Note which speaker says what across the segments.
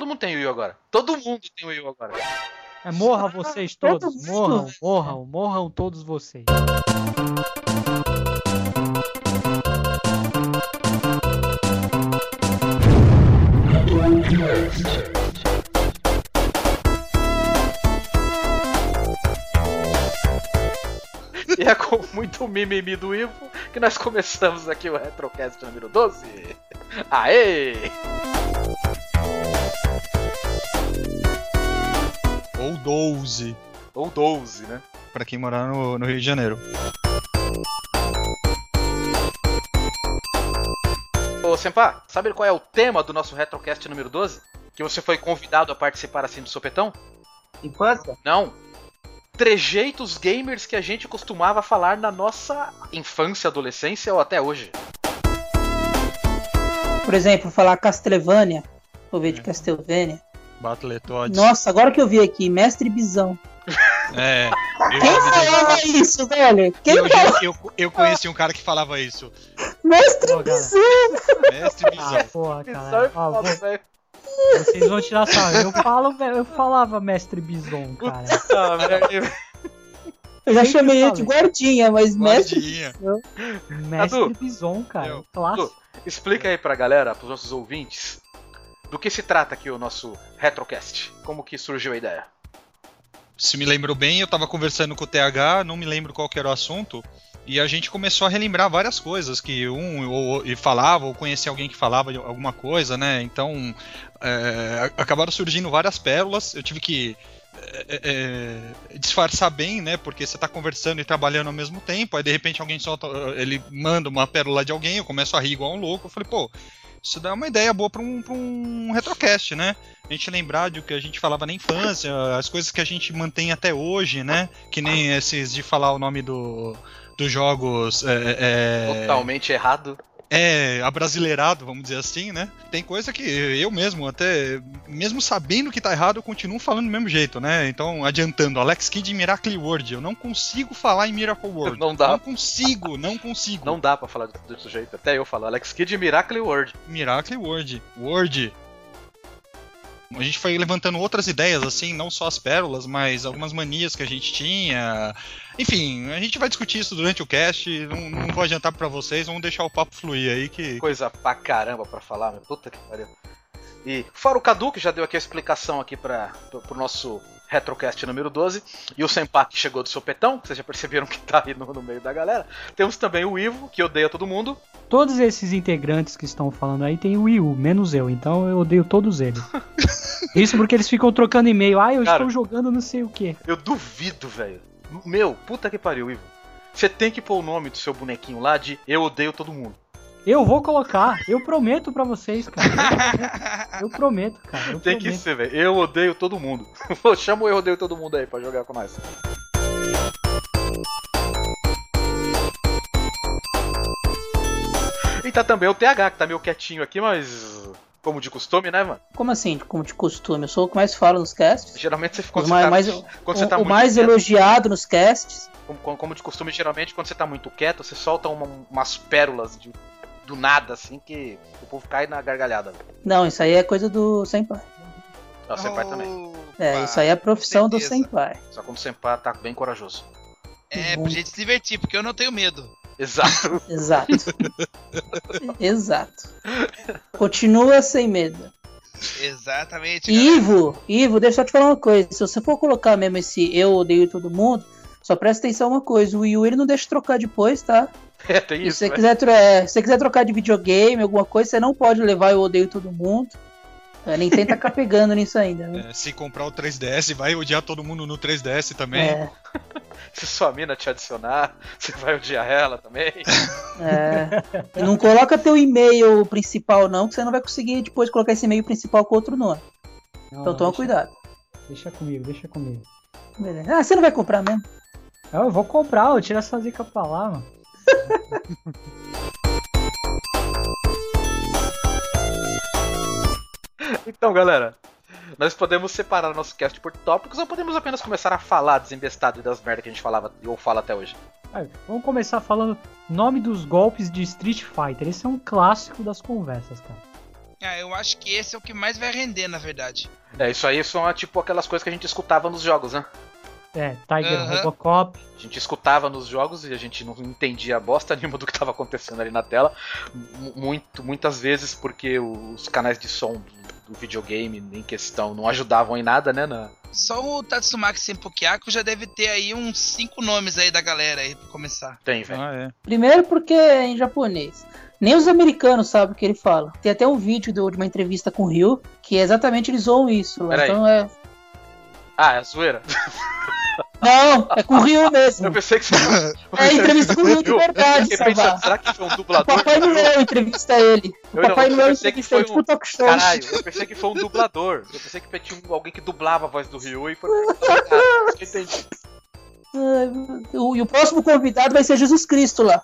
Speaker 1: mundo tem Wii U agora. Todo mundo tem Wii U agora.
Speaker 2: É, morra vocês todos. Morram, morram, morram todos vocês.
Speaker 1: E é com muito mimimi do Ivo que nós começamos aqui o Retrocast número 12. Aê!
Speaker 3: Ou 12,
Speaker 1: Ou 12, né?
Speaker 3: pra quem morar no, no Rio de Janeiro.
Speaker 1: Ô, Senpá, sabe qual é o tema do nosso Retrocast número 12? Que você foi convidado a participar assim do sopetão?
Speaker 4: Infância?
Speaker 1: Não. Trejeitos gamers que a gente costumava falar na nossa infância, adolescência ou até hoje.
Speaker 4: Por exemplo, falar Castlevania. Vou ver de Castlevania.
Speaker 3: Battletoads.
Speaker 4: Nossa, agora que eu vi aqui, Mestre Bisão.
Speaker 3: É. Eu,
Speaker 4: Quem falava Ah, isso, velho? Quem é
Speaker 3: eu,
Speaker 4: falava?
Speaker 3: eu- eu conheci um cara que falava isso.
Speaker 4: Mestre
Speaker 2: Pô, galera.
Speaker 4: Bisão!
Speaker 3: Mestre
Speaker 2: Ah,
Speaker 3: Bizão.
Speaker 2: porra,
Speaker 1: Bizarro
Speaker 2: cara.
Speaker 1: é
Speaker 2: Ó,
Speaker 1: foda,
Speaker 2: vo-
Speaker 1: velho.
Speaker 2: vocês vão tirar sarro. Eu falo, velho, eu falava mestre Bison, cara.
Speaker 1: Ah, velho.
Speaker 4: Eu já
Speaker 2: Quem que
Speaker 4: chamei
Speaker 2: eu
Speaker 4: ele de
Speaker 2: falei?
Speaker 4: guardinha, mas Mestre
Speaker 3: Guardinha.
Speaker 4: Bisão.
Speaker 2: Mestre Bison, cara.
Speaker 3: Eu-
Speaker 2: Clássico.
Speaker 1: Explica aí pra galera, pros nossos ouvintes, do que se trata aqui o nosso Retrocast. Como que surgiu a ideia?
Speaker 3: Se me lembro bem, eu tava conversando com o TH, não me lembro qual que era o assunto. E a gente começou a relembrar várias coisas que um ou, ou- e falava, ou conhecia alguém que falava de alguma coisa, né? Então é, a- acabaram surgindo várias pérolas. Eu tive que é, é, disfarçar bem, né? Porque você tá conversando e trabalhando ao mesmo tempo. Aí de repente alguém solta, ele manda uma pérola de alguém, eu começo a rir igual um louco. Eu falei, pô, isso dá uma ideia boa pra um, pra um retrocast, né? a gente lembrar do que a gente falava na infância, as coisas que a gente mantém até hoje, né? Que nem esses de falar o nome do, dos jogos é, é,
Speaker 1: Totalmente errado.
Speaker 3: é, abrasileirado, vamos dizer assim, né? Tem coisa que eu mesmo, até mesmo sabendo que tá errado, eu continuo falando do mesmo jeito, né? Então, adiantando, Alex Kidd em Miracle World, eu não consigo falar em Miracle World.
Speaker 1: Não dá.
Speaker 3: Não consigo, não consigo.
Speaker 1: Não dá pra falar desse jeito. Até eu falo. Alex Kidd e Miracle World.
Speaker 3: Miracle Word. Word. A gente foi levantando outras ideias, assim, não só as pérolas, mas algumas manias que a gente tinha. Enfim, a gente vai discutir isso durante o cast. Não, não vou adiantar pra vocês, vamos deixar o papo fluir aí que.
Speaker 1: Coisa pra caramba pra falar, meu. Puta que pariu. E fora o Cadu, que já deu aqui a explicação aqui pra, pro, pro nosso Retrocast número 12. E o Senpá, que chegou do sopetão, que vocês já perceberam que tá aí no, no meio da galera. Temos também o Ivo, que odeia todo mundo.
Speaker 2: Todos esses integrantes que estão falando aí tem o Wii U, menos eu, então eu odeio todos eles. Isso porque eles ficam trocando e-mail. Ah, eu
Speaker 1: Cara.
Speaker 2: estou jogando não sei o quê.
Speaker 1: Eu duvido, velho. Meu, puta que pariu, Ivo. Você tem que pôr o nome do seu bonequinho lá de Eu Odeio Todo Mundo.
Speaker 2: Eu vou colocar, eu prometo pra vocês, cara. Eu prometo, cara. Eu
Speaker 1: Tem
Speaker 2: prometo.
Speaker 1: que ser, velho. Eu odeio todo mundo. Pô, Chama o eu odeio todo mundo aí pra jogar com nós. E tá também o TH, que tá meio quietinho aqui, mas. Como de costume, né, mano?
Speaker 4: Como assim, como de costume? Eu sou o que mais falo nos casts.
Speaker 1: Geralmente você fica.
Speaker 4: Os mais, mais-
Speaker 1: Tipo, quando tá
Speaker 4: o, o mais elogiado nos casts.
Speaker 1: como, como- como de costume, geralmente quando você tá muito quieto, você solta uma- umas pérolas de- do nada, assim, que o povo cai na gargalhada. velho.
Speaker 4: Não, isso aí é coisa do Senpai.
Speaker 1: Ah, o Senpai também.
Speaker 4: É, isso aí é a profissão do
Speaker 5: certeza.
Speaker 4: Senpai. Uhum.
Speaker 1: Só quando o Senpai tá bem corajoso.
Speaker 5: É, pra gente se divertir, porque eu não tenho medo.
Speaker 1: Exato.
Speaker 4: Exato. Exato. Continua sem medo.
Speaker 5: Exatamente. galera.
Speaker 4: Ivo, Ivo, deixa eu te falar uma coisa. Se você for colocar mesmo esse eu odeio todo mundo, só presta atenção uma coisa. O Wii U ele não deixa trocar depois, tá?
Speaker 1: É, tem
Speaker 4: E se,
Speaker 1: isso,
Speaker 4: você
Speaker 1: velho.
Speaker 4: quiser, tro- é, se você quiser trocar de videogame, alguma coisa, você não pode levar eu odeio todo mundo. A Nintendo tá capegando nisso ainda. Né?
Speaker 3: É, se comprar o 3DS, vai odiar todo mundo no 3DS também.
Speaker 4: É,
Speaker 1: Se sua mina te adicionar, você vai odiar ela também.
Speaker 4: é. E Não coloca teu e-mail principal, não, que você não vai conseguir depois colocar esse e-mail principal com outro nome.
Speaker 2: Não,
Speaker 4: Então
Speaker 2: não,
Speaker 4: toma
Speaker 2: Ah, deixa-
Speaker 4: cuidado.
Speaker 2: Deixa comigo, deixa comigo.
Speaker 4: Beleza. Ah, você não vai comprar mesmo?
Speaker 2: Ah, Eu vou comprar, eu tiro essa zica pra lá, mano.
Speaker 1: Então, galera, nós podemos separar nosso cast por tópicos ou podemos apenas começar a falar desembestado e das merdas que a gente falava ou fala até hoje.
Speaker 2: Ah, Vamos começar falando nome dos golpes de Street Fighter. Esse é um clássico das conversas, cara.
Speaker 5: Ah, eu acho que esse é o que mais vai render, na verdade.
Speaker 1: É, isso aí são ah, tipo aquelas coisas que a gente escutava nos jogos, né?
Speaker 2: É, Tiger
Speaker 5: Aham.
Speaker 2: Robocop.
Speaker 1: A gente escutava nos jogos e a gente não entendia a bosta nenhuma do que estava acontecendo ali na tela. Mu- Muito, muitas vezes porque os canais de som do, do videogame em questão não ajudavam em nada, né? na-
Speaker 5: Só o Tatsumaki Senpokyaku já deve ter aí uns cinco nomes aí da galera aí pra começar.
Speaker 1: Tem, velho.
Speaker 3: Ah, é.
Speaker 4: Primeiro porque é em japonês. Nem os americanos sabem o que ele fala. Tem até um vídeo do- de uma entrevista com o Ryu, que é exatamente eles zoam isso. lá.
Speaker 1: Peraí.
Speaker 4: Então é.
Speaker 1: Ah, é zoeira.
Speaker 4: Não, é com o Ryu mesmo.
Speaker 1: Eu pensei que você.
Speaker 4: É entrevista com o Ryu de verdade,
Speaker 1: Fiquei pensando,
Speaker 4: Savá.
Speaker 1: será que foi um
Speaker 4: O
Speaker 1: dublador?
Speaker 4: Papai Noel entrevista é ele. O
Speaker 1: Eu não,
Speaker 4: Papai
Speaker 1: eu
Speaker 4: Noel
Speaker 1: pensei que
Speaker 4: entrevista
Speaker 1: foi
Speaker 4: ele, tipo
Speaker 1: um-
Speaker 4: talk show.
Speaker 1: Caralho, eu pensei que foi um dublador. Eu pensei que tinha um- alguém que dublava a voz do Ryu e foi. Ah, entendi.
Speaker 4: Ai, meu Deus. E o próximo convidado vai ser Jesus Cristo lá.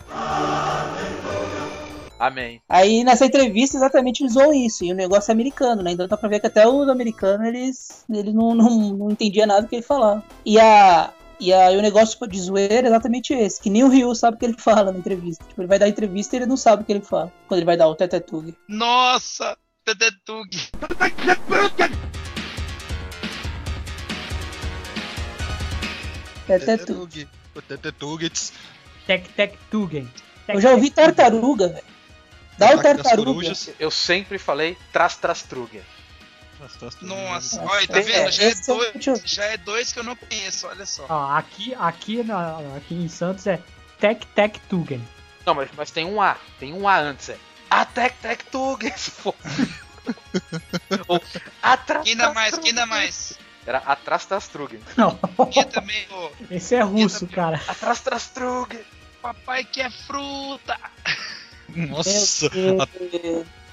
Speaker 1: Amém.
Speaker 4: Aí nessa entrevista exatamente eles zoam isso. E o negócio é americano, né? Então dá pra ver que até os americanos eles, eles não, não, não entendiam nada do que ele falava. E a. E aí o negócio de zoeira é exatamente esse, que nem o Ryu sabe o que ele fala na entrevista. Tipo, ele vai dar entrevista e ele não sabe o que ele fala. Quando ele vai dar o Tetetug.
Speaker 5: Nossa! Tetetug.
Speaker 4: É Tetetug.
Speaker 3: O Tetetugits.
Speaker 2: Tec Tec Tugen. Tec,
Speaker 5: É,
Speaker 4: Eu já ouvi
Speaker 2: Tec, Tugen.
Speaker 4: tartaruga, velho. Dá o
Speaker 3: Ataque das
Speaker 4: tartaruga.
Speaker 3: corujas.
Speaker 1: Eu sempre falei Tras Tras Truger.
Speaker 5: Nossa,
Speaker 4: Nossa,
Speaker 5: olha, tá
Speaker 4: é,
Speaker 5: vendo? Já é,
Speaker 4: esse é o último.
Speaker 5: dois, já é dois que eu não conheço, olha só.
Speaker 2: Ó, aqui, aqui, na- aqui em Santos é Tec Tec Tugen.
Speaker 1: Não, mas, mas tem um A. Tem um A antes, é. A Tec Tec Tuger. se for. Ou A
Speaker 4: Ah,
Speaker 1: Tras
Speaker 5: Quem
Speaker 4: tá
Speaker 5: dá
Speaker 1: Tras
Speaker 5: mais? Quem dá
Speaker 1: Truger.
Speaker 5: mais?
Speaker 1: Era Atrás Tras Truger.
Speaker 2: Não,
Speaker 5: Quem também, ô.
Speaker 2: esse é russo, cara.
Speaker 1: Atrás Tras Truger.
Speaker 5: Papai quer fruta!
Speaker 3: Nossa,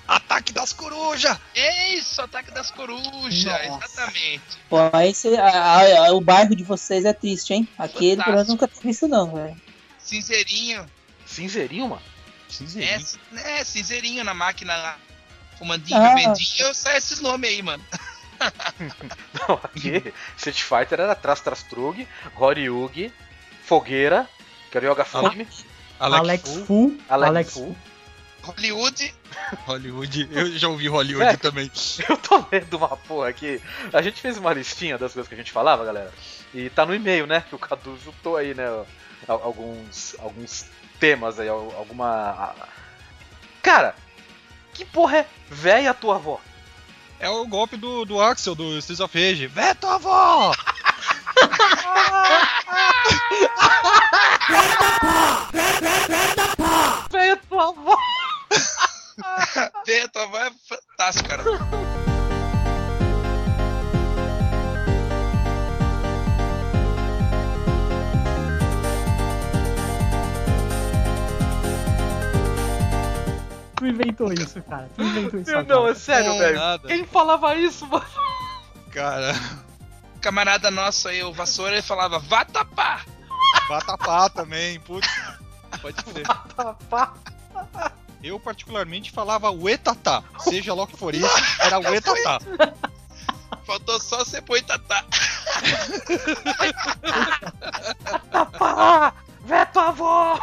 Speaker 3: ataque das corujas!
Speaker 5: É isso, ataque das corujas!
Speaker 4: Nossa.
Speaker 5: Exatamente.
Speaker 4: Pô, aí cê- a- a- o bairro de vocês é triste, hein? Aqui ele pelo menos
Speaker 5: Fantástico.
Speaker 4: nunca teve isso, não, velho.
Speaker 5: Cinzeirinho.
Speaker 1: Cinzeirinho, mano?
Speaker 5: É,
Speaker 3: Cinzeirinho.
Speaker 5: c- é, cinzeirinho na máquina lá. Fumandinho,
Speaker 4: Ah.
Speaker 5: bebendinho, sai esses nomes aí, mano.
Speaker 1: Não, aqui, Street Fighter era Tras Tras Truger, Horyugi, Fogueira, que era o Yoga Flame,
Speaker 3: Alex,
Speaker 2: Alex
Speaker 3: Fu,
Speaker 2: Fu.
Speaker 1: Alex
Speaker 2: Alex
Speaker 1: Fu.
Speaker 2: Fu.
Speaker 5: Hollywood,
Speaker 3: Hollywood. Eu já ouvi Hollywood
Speaker 1: É.
Speaker 3: também.
Speaker 1: Eu tô lendo uma porra aqui. A gente fez uma listinha das coisas que a gente falava, galera. E tá no e-mail, né? Que o Cadu juntou aí, né? al- Alguns, alguns temas aí, al- alguma. Cara, que porra é véia tua avó?
Speaker 3: É o golpe do, do Axel, do Streets of Rage. Vé tua avó!
Speaker 1: Véia tua avó!
Speaker 5: vê, tua avó é fantástico, cara.
Speaker 2: Tu inventou isso, cara. Tu inventou isso.
Speaker 1: Meu,
Speaker 2: agora.
Speaker 1: não, é sério,
Speaker 3: Não,
Speaker 1: velho.
Speaker 3: nada.
Speaker 1: Quem falava isso, mano?
Speaker 3: Cara,
Speaker 5: Um Camarada nosso aí, o Vassoura, ele falava, vá tapar!
Speaker 3: Batapá também, putz. Pode ser. Eu particularmente falava uetatá. Seja lá o que for isso, era uetatá.
Speaker 5: Faltou só você pôr tatá.
Speaker 1: Ah, véia tua avó!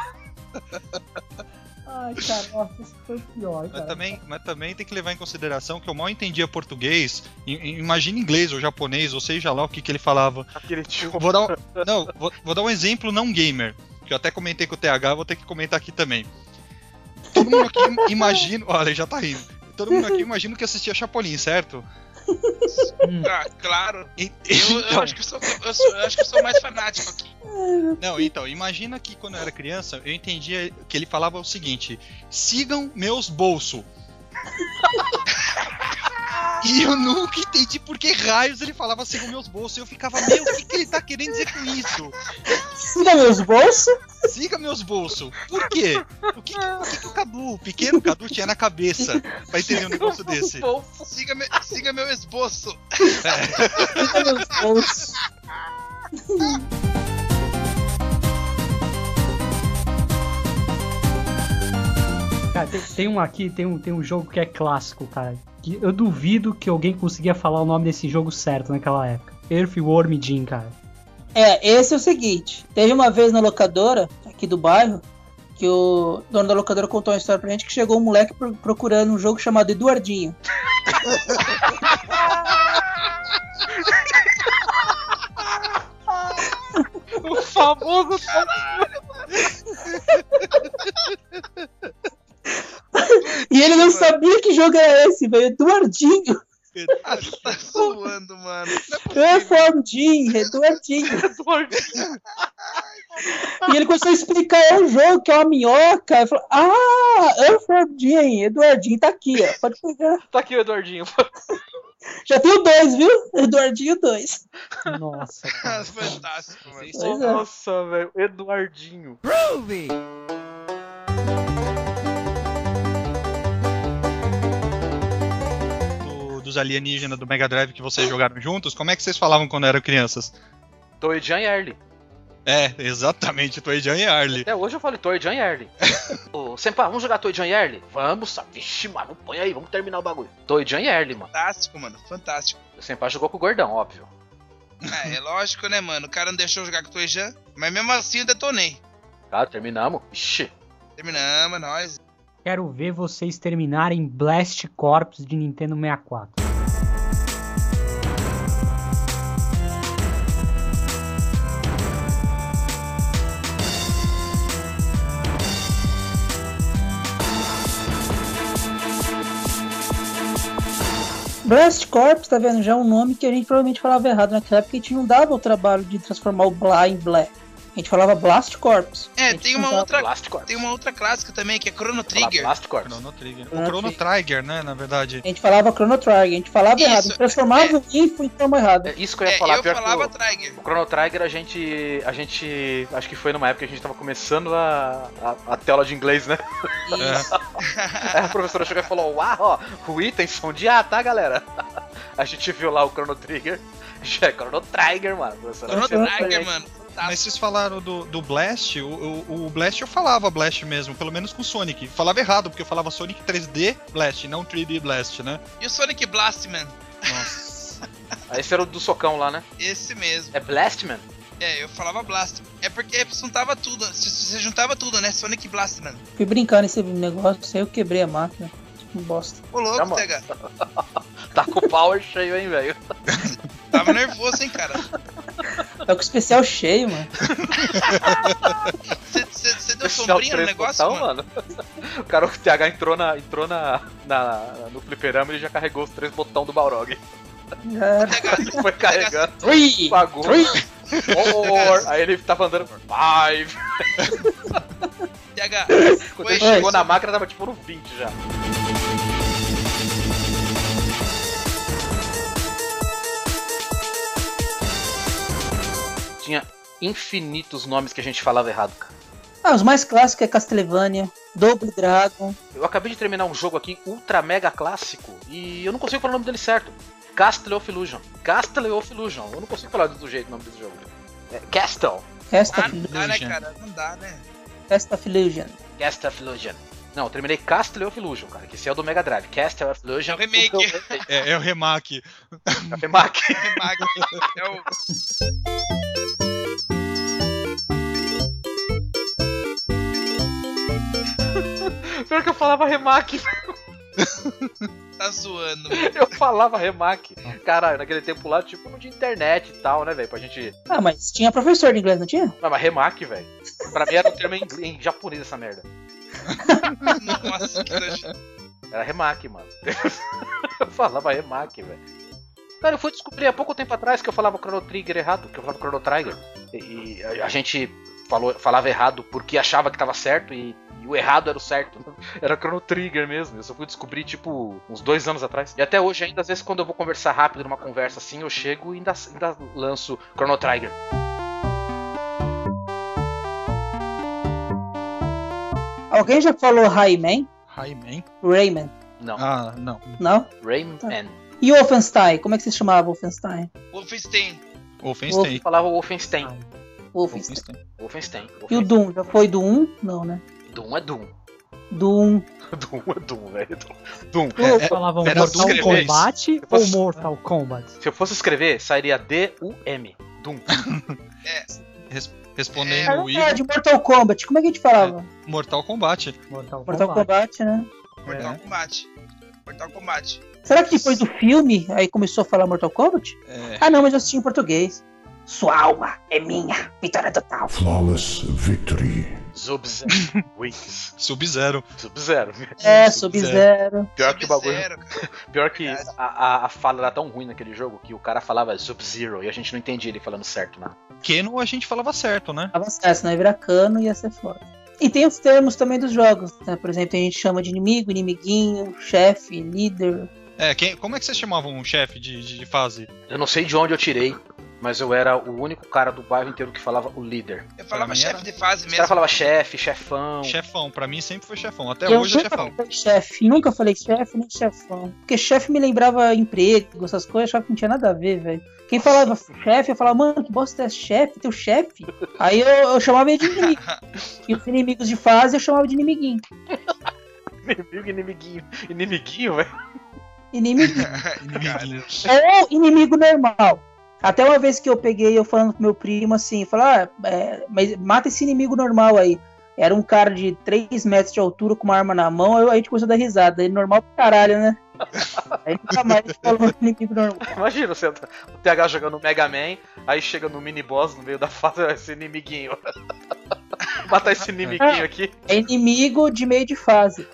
Speaker 2: Ai, cara, nossa, isso foi o pior,
Speaker 3: Mas
Speaker 2: cara.
Speaker 3: também, mas também tem que levar em consideração que eu mal entendia português. I- i- Imagina inglês ou japonês, ou seja lá o que, que ele falava.
Speaker 1: Aquele tio.
Speaker 3: Vou dar, um- não, vou, vou dar um exemplo não gamer, que eu até comentei com o TH, vou ter que comentar aqui também. Todo mundo aqui imagina. Olha, ele já tá rindo. Todo mundo aqui imagina que assistia Chapolin, certo?
Speaker 2: Hum.
Speaker 5: Ah, claro.
Speaker 3: E-
Speaker 5: Eu, eu
Speaker 3: então,
Speaker 5: acho que eu sou, eu, sou- eu acho que eu sou mais fanático aqui.
Speaker 3: não, então, imagina que quando eu era criança, eu entendia que ele falava o seguinte: sigam meus bolsos. E eu nunca entendi por que raios ele falava sigam meus bolsos. E eu ficava, meu, o que, que ele tá querendo dizer com isso?
Speaker 4: Siga meus bolsos.
Speaker 3: Siga meus bolsos. Por quê? O que, que- o, que que o Cadu, o pequeno Cadu, tinha na cabeça pra entender um negócio desse?
Speaker 5: Siga, me- siga meu esboço.
Speaker 4: Siga meus bolsos.
Speaker 2: Cara, tem, tem um aqui, tem um, tem um jogo que é clássico, cara. Que eu duvido que alguém conseguia falar o nome desse jogo certo naquela época. Earthworm Jim, cara.
Speaker 4: É, esse é o seguinte. Teve uma vez na locadora, aqui do bairro, Que o dono da locadora contou uma história pra gente que chegou um moleque pro- procurando um jogo chamado Eduardinho.
Speaker 3: O famoso.
Speaker 4: E ele não sabia que jogo era esse, velho. Eduardinho.
Speaker 5: Ah, você tá zoando, mano. Não é possível. É
Speaker 4: Eduardinho, Eduardinho. E ele começou a explicar é um jogo que é uma minhoca. Ele falou, ah, Eduardinho, Eduardinho tá aqui, ó. Pode pegar.
Speaker 1: Tá aqui o Eduardinho.
Speaker 4: Já tem o dois, viu? Eduardinho 2.
Speaker 2: Nossa,
Speaker 5: Ah,
Speaker 2: cara.
Speaker 5: Fantástico, mano.
Speaker 4: Pois é.
Speaker 1: Nossa, velho. Eduardinho.
Speaker 3: do- dos alienígenas do Mega Drive que vocês jogaram juntos, como é que vocês falavam quando eram crianças?
Speaker 1: Toijan e Erly.
Speaker 3: É, exatamente, Toyjan e Arlie.
Speaker 1: Até hoje eu falo Toijan e Erly. Ô, Senpa, vamos jogar Toijan e Erly? Vamos, só. Vixe, mano, põe aí, vamos terminar o bagulho. Toijan e Erly, mano.
Speaker 5: Fantástico, mano. Fantástico.
Speaker 1: O Senpa jogou com o gordão, óbvio.
Speaker 5: Ah, é lógico, né, mano? O cara não deixou eu jogar com o Toejan, mas mesmo assim eu detonei.
Speaker 1: Tá, terminamos. Ixi.
Speaker 5: Terminamos, nós.
Speaker 2: Quero ver vocês terminarem Blast Corps de Nintendo 64.
Speaker 4: Blast Corps, tá vendo? Já é um nome que a gente provavelmente falava errado naquela época. A gente não dava o trabalho de transformar o Bla em Blé. A gente falava Blast Corps. A
Speaker 5: É,
Speaker 4: gente
Speaker 5: tem
Speaker 4: não
Speaker 5: uma
Speaker 4: dava-
Speaker 5: outra.
Speaker 1: Blast Corps.
Speaker 5: Tem uma outra clássica também, que é Chrono
Speaker 1: Fala
Speaker 5: Trigger.
Speaker 1: Blast Corps.
Speaker 3: Chrono Trigger.
Speaker 4: Ah,
Speaker 3: O Chrono
Speaker 4: sim.
Speaker 3: Trigger, né, na verdade.
Speaker 4: A gente falava Chrono Trigger, a gente falava
Speaker 5: Isso,
Speaker 4: errado. A gente transformava o info em forma errada.
Speaker 1: É isso que eu ia
Speaker 5: É,
Speaker 1: falar.
Speaker 5: eu
Speaker 1: pior que
Speaker 5: falava
Speaker 1: o-
Speaker 5: Trigger.
Speaker 1: O Chrono Trigger a gente. A gente. Acho que foi numa época que a gente tava começando a, a, a tela de inglês, né?
Speaker 4: Isso.
Speaker 1: Aí a professora chegou e falou: Uau, ó, o item são de A, tá, galera? A gente viu lá o Chrono Trigger. Já é Chrono Trigger, mano. A professora
Speaker 5: Chrono
Speaker 1: achou
Speaker 5: Trigger,
Speaker 1: diferente.
Speaker 5: mano.
Speaker 3: Mas
Speaker 4: Tá.
Speaker 5: Fantástico.
Speaker 3: vocês falaram do, do Blast, o, o- o Blast eu falava Blast mesmo, pelo menos com o Sonic. Falava errado, porque eu falava Sonic 3D Blast, não 3D Blast, né?
Speaker 5: E o Sonic Blast, mano?
Speaker 3: Nossa.
Speaker 1: Aí Esse era o do socão lá, né?
Speaker 5: Esse mesmo.
Speaker 1: É Blastman?
Speaker 5: É, eu falava Blast. É porque juntava tudo. se- se- Você juntava tudo, né? Sonic Blast, mano.
Speaker 4: Fui brincar nesse negócio, aí eu quebrei a máquina. Que bosta.
Speaker 5: Ô
Speaker 1: Tá,
Speaker 5: louco,
Speaker 1: mano.
Speaker 5: Tega.
Speaker 1: Tá com o power cheio, hein, velho?
Speaker 5: Tá Tava nervoso, hein, cara.
Speaker 4: Tá com o especial cheio, mano.
Speaker 5: Você deu
Speaker 1: Esse é o
Speaker 5: sombrinha no
Speaker 1: preço
Speaker 5: negócio,
Speaker 6: tá
Speaker 1: total,
Speaker 5: mano?
Speaker 1: mano. O cara, o TH entrou, na, entrou na, na, no fliperama e já carregou os três botões do Balrog.
Speaker 4: Já era.
Speaker 5: Tega,
Speaker 1: Ele foi carregando,
Speaker 4: Three!
Speaker 1: pagou.
Speaker 4: Three!
Speaker 1: Four. Aí ele tava andando por five.
Speaker 5: Tega.
Speaker 1: Quando
Speaker 5: Foi
Speaker 1: ele
Speaker 5: isso.
Speaker 1: chegou na máquina, tava tipo no 20 já. Tinha infinitos nomes que a gente falava errado, cara.
Speaker 4: Ah, os mais clássicos é Castlevania, Double Dragon.
Speaker 1: Eu acabei de terminar um jogo aqui ultra mega clássico e eu não consigo falar o nome dele certo. Castle of Illusion. Castle of Illusion. Eu não consigo falar do jeito o nome desse jogo. É Castle.
Speaker 4: Cast
Speaker 5: Ah,
Speaker 4: of,
Speaker 5: não dá, né,
Speaker 3: Illusion.
Speaker 5: cara? Não dá, né?
Speaker 4: Cast of Illusion.
Speaker 1: Castle of Illusion. Não, eu terminei Castle of Illusion, cara, que esse é o do Mega Drive. Castle of Illusion.
Speaker 5: É o remake.
Speaker 3: É, é o remake.
Speaker 1: um Remake.
Speaker 5: É mag- É o.
Speaker 1: Pior que eu falava remake.
Speaker 5: Tá zoando, mano.
Speaker 1: Eu falava remake. Caralho, naquele tempo lá, tipo de internet e tal, né, velho? Pra gente.
Speaker 4: Ah, mas tinha professor de inglês, não tinha?
Speaker 1: Não, mas remake, velho. Pra mim era um termo em, inglês- em japonês essa merda.
Speaker 5: Nossa, que exagero.
Speaker 1: Era remake, mano. Eu falava remake, velho. Cara, eu fui descobrir há pouco tempo atrás que eu falava Chrono Trigger errado, que eu falava Chrono Trigger. E, e a, a gente falou, falava errado porque achava que tava certo e, e o errado era o certo. Era Chrono Trigger mesmo. Eu só fui descobrir, tipo, uns dois anos atrás. E até hoje, ainda às vezes, quando eu vou conversar rápido numa conversa assim, eu chego e ainda, ainda lanço Chrono Trigger.
Speaker 4: Alguém já falou Rayman?
Speaker 3: Rayman?
Speaker 4: Rayman,
Speaker 1: Não,
Speaker 3: Ah, não.
Speaker 4: não? Tá.
Speaker 1: Rayman.
Speaker 4: E Wolfenstein? Como é que se chamava Wolfenstein?
Speaker 5: Wolfenstein.
Speaker 3: Wolfenstein.
Speaker 1: Eu falava Wolfenstein.
Speaker 4: Wolfenstein.
Speaker 3: Wolfenstein.
Speaker 1: Wolfenstein.
Speaker 4: Ah. E o
Speaker 1: Wolfenstein.
Speaker 4: Doom? Já foi do 1? Não, né?
Speaker 1: Doom é Doom.
Speaker 4: Doom.
Speaker 1: Doom é Doom, velho. Doom. Doom.
Speaker 3: É, é,
Speaker 2: Falavam
Speaker 3: Era
Speaker 2: Mortal
Speaker 3: dos
Speaker 1: três.
Speaker 2: Kombat
Speaker 1: Eu posso-
Speaker 2: ou Mortal Kombat?
Speaker 1: Se eu fosse escrever, sairia D-U-M. Doom.
Speaker 4: É
Speaker 3: Respondendo o Igor,
Speaker 4: verdade, Mortal Kombat. Como é que a gente falava?
Speaker 3: Mortal Kombat.
Speaker 2: Mortal Kombat.
Speaker 4: Mortal Kombat, né?
Speaker 5: Mortal
Speaker 3: É.
Speaker 5: Kombat. Mortal Kombat.
Speaker 4: Será que depois do filme aí começou a falar Mortal Kombat?
Speaker 3: É.
Speaker 4: Ah, não, mas eu assisti em português. Sua alma é minha, vitória total.
Speaker 7: Flawless victory.
Speaker 1: Sub-Zero. Wings.
Speaker 3: Sub-Zero.
Speaker 1: Sub-Zero.
Speaker 4: É,
Speaker 3: Sub-Zero.
Speaker 4: Sub-Zero.
Speaker 6: Pior que o bagulho.
Speaker 5: Sub-Zero, cara.
Speaker 1: Pior que a, a- a fala era tão ruim naquele jogo que o cara falava Sub-Zero e a gente não entendia ele falando certo, né?
Speaker 3: Keno a gente falava certo, né?
Speaker 4: Avançar, senão ia virar cano e ia ser foda. E tem os termos também dos jogos, né? Por exemplo, a gente chama de inimigo, inimiguinho, chefe, líder.
Speaker 3: É, quem, como é que vocês chamavam um chefe de, de- de fase?
Speaker 1: Eu não sei de onde eu tirei, mas eu era o único cara do bairro inteiro que falava o líder.
Speaker 5: Eu
Speaker 3: Pra
Speaker 5: falava
Speaker 3: mim
Speaker 5: chefe
Speaker 3: era-
Speaker 5: de fase
Speaker 1: Os caras
Speaker 5: mesmo.
Speaker 1: falavam chefe, chefão.
Speaker 3: Chefão, pra mim sempre foi chefão. Até
Speaker 4: Eu
Speaker 3: hoje é
Speaker 4: nunca
Speaker 3: chefão.
Speaker 4: falei chefe, nunca falei chefe nem chefão. Porque chefe me lembrava emprego, essas coisas, eu achava que não tinha nada a ver, velho. Quem falava chefe, eu falava, mano, que bosta é chefe, teu chefe? Aí eu, eu chamava ele de inimigo. E os inimigos de fase eu chamava de inimiguinho.
Speaker 1: Inimigo, inimiguinho. Inimiguinho, velho.
Speaker 4: Inimigo
Speaker 5: Cara,
Speaker 4: ou inimigo normal. Até uma vez que eu peguei eu falando com meu primo assim, falar, ah, é, mas mata esse inimigo normal aí. Era um cara de 3 metros de altura com uma arma na mão, aí a gente começou a dar risada. Ele normal pra caralho, né? Aí nunca mais falou inimigo normal.
Speaker 1: Imagina você, entra- o TH jogando Mega Man, aí chega no mini boss no meio da fase, esse inimiguinho. Vou Matar esse inimiguinho aqui.
Speaker 4: É inimigo de meio de fase.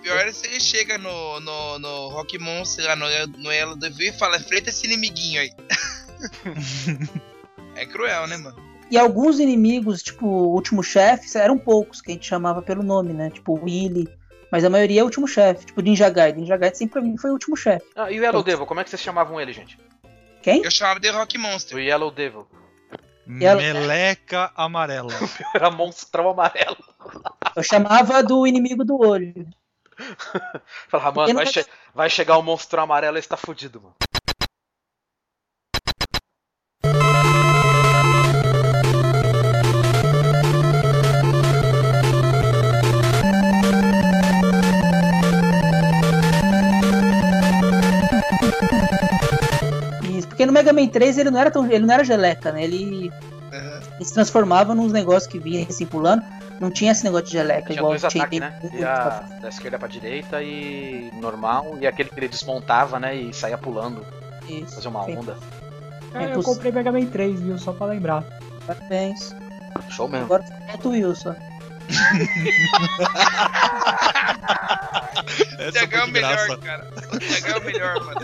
Speaker 5: pior é se ele chega no, no, no Rock Monster lá no, no Elo do Vivo e fala, enfrenta esse inimiguinho aí. é cruel, né, mano?
Speaker 4: E alguns inimigos, tipo, o último chefe, eram poucos que a gente chamava pelo nome, né? Tipo, Willy. Mas a maioria é o último chefe. Tipo, Ninja Gaiden. Ninja Gaiden sempre pra mim foi o último chefe.
Speaker 1: Ah, e o Yellow Devil, como é que vocês chamavam ele, gente?
Speaker 4: Quem?
Speaker 5: Eu chamava de Rock
Speaker 1: O
Speaker 5: Monster.
Speaker 1: Yellow Devil.
Speaker 4: E ela-
Speaker 3: Meleca amarela.
Speaker 1: Era monstrão amarelo.
Speaker 4: Eu chamava do inimigo do olho.
Speaker 1: Falava, mano,
Speaker 4: Eu
Speaker 1: vai,
Speaker 4: não vou-
Speaker 1: che- vai chegar o monstrão amarelo e você tá fudido, mano.
Speaker 4: Isso, porque no Mega Man 3 ele não era tão. ele não era geleca, né? Ele, ele se transformava nos negócios que vinha assim pulando. Não tinha esse negócio de geleca,
Speaker 1: Tinha
Speaker 4: igual
Speaker 1: dois ataques, né? Ia da esquerda pra direita e normal. E aquele que ele desmontava, né? E saía pulando,
Speaker 4: Isso.
Speaker 1: fazia uma
Speaker 4: Sim,
Speaker 1: onda.
Speaker 2: Cara,
Speaker 4: É
Speaker 2: eu
Speaker 4: poss-
Speaker 2: comprei Mega Man 3, viu? Só pra lembrar.
Speaker 4: Parabéns.
Speaker 1: Show mesmo.
Speaker 4: Agora falta o Wilson.
Speaker 5: O
Speaker 3: Essa
Speaker 5: TH é
Speaker 3: foi
Speaker 5: o
Speaker 3: de
Speaker 5: melhor,
Speaker 3: graça.
Speaker 5: cara. O TH é o melhor, mano.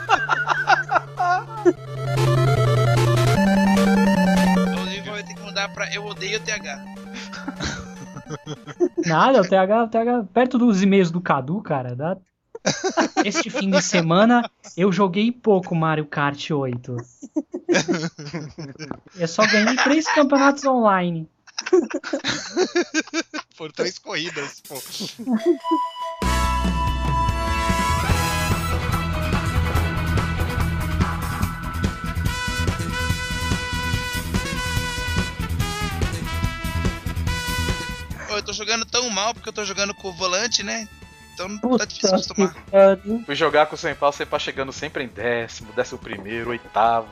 Speaker 5: Então, O Vivo vai ter que mudar pra Eu Odeio o TH.
Speaker 2: Nada, o TH, o TH, perto dos e-mails do Cadu, cara, dá. Este fim de semana eu joguei pouco Mario Kart 8. Eu só ganhei três campeonatos online.
Speaker 3: Foram três corridas, pô.
Speaker 5: Ô, Eu tô jogando tão mal porque eu tô jogando com o volante, né? Então não tá
Speaker 4: Puta
Speaker 5: difícil acostumar.
Speaker 4: que pariu.
Speaker 1: Fui jogar com o Sem Pau, o Sem Pau chegando sempre em décimo, décimo primeiro, oitavo.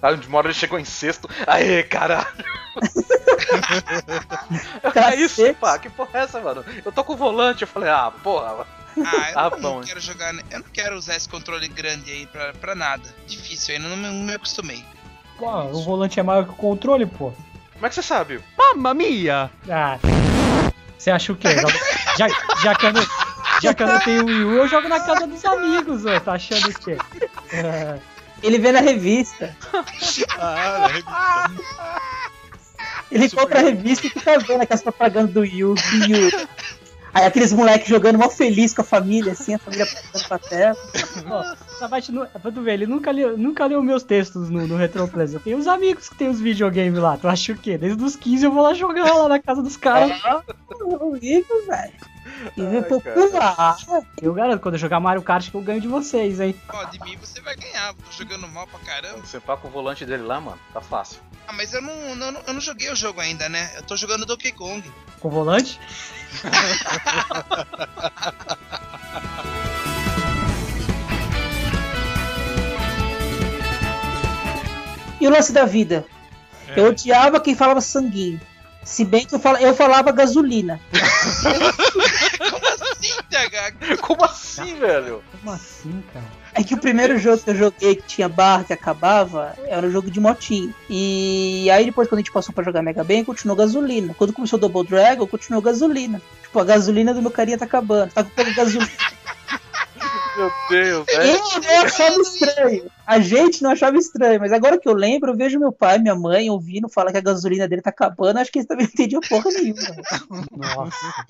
Speaker 1: Aí de uma hora ele chegou em sexto. Aê, caralho! Eu falei, é isso, Sem Pau, que porra é essa, mano? Eu tô com o volante, eu falei, ah, porra, mano.
Speaker 5: Ah, eu
Speaker 1: Ah,
Speaker 5: não
Speaker 1: bom.
Speaker 5: quero jogar. ne- Eu não quero usar esse controle grande aí pra, pra nada. Difícil, ainda não me, não me acostumei.
Speaker 2: Pô, o volante é maior que o controle, pô.
Speaker 1: como é que você sabe?
Speaker 3: Mamma mia!
Speaker 2: Ah. Você acha o quê? Já, já, que eu não, já que eu não tenho Wii U, eu jogo na casa dos amigos, ô. Tá achando o quê? Ah,
Speaker 4: Ele vê na revista.
Speaker 3: Ah, é-
Speaker 4: Ele
Speaker 3: Super
Speaker 4: compra a revista e fica vendo aquelas propagandas do Yu, do Yu. Aí aqueles moleques jogando mó feliz com a família, assim, a família passando pra tela.
Speaker 2: Savate, nu- tu vê, ele nunca leu, nunca leu meus textos no, no Retroplays. Eu tenho os amigos que tem os videogames lá. Tu acha o quê? Desde os 15 eu vou lá jogar lá na casa dos caras.
Speaker 4: Horrível, velho. E
Speaker 1: Ai,
Speaker 4: vê
Speaker 1: cara.
Speaker 4: popular.
Speaker 2: Eu garanto, quando eu jogar Mario Kart que eu ganho de vocês, hein?
Speaker 5: Ó, de mim você vai ganhar. eu Tô jogando mal pra caramba.
Speaker 1: O Sem Pau com o volante dele lá, mano, tá fácil.
Speaker 5: Ah, mas eu não, não- eu não joguei o jogo ainda, né? Eu tô jogando Donkey Kong.
Speaker 2: Com volante?
Speaker 4: E o lance da vida?
Speaker 3: É.
Speaker 4: Eu odiava quem falava sanguinho. Se bem que eu falava, eu falava gasolina.
Speaker 5: Como assim, TH?
Speaker 1: Como assim, velho?
Speaker 2: Como assim, cara?
Speaker 4: É que o primeiro jogo que eu joguei que tinha barra que acabava era um jogo de motinho. E aí depois quando a gente passou pra jogar Mega Man, continuou gasolina. Quando começou o Double Dragon, continuou gasolina. Tipo, a gasolina do meu carinha tá acabando. Tá com pouco de gasolina.
Speaker 1: Meu Deus, velho.
Speaker 4: Eu não achava estranho. A gente não achava estranho, mas agora que eu lembro, eu vejo meu pai, minha mãe ouvindo falar que a gasolina dele tá acabando, acho que eles também não entendiam porra nenhuma.
Speaker 2: Nossa.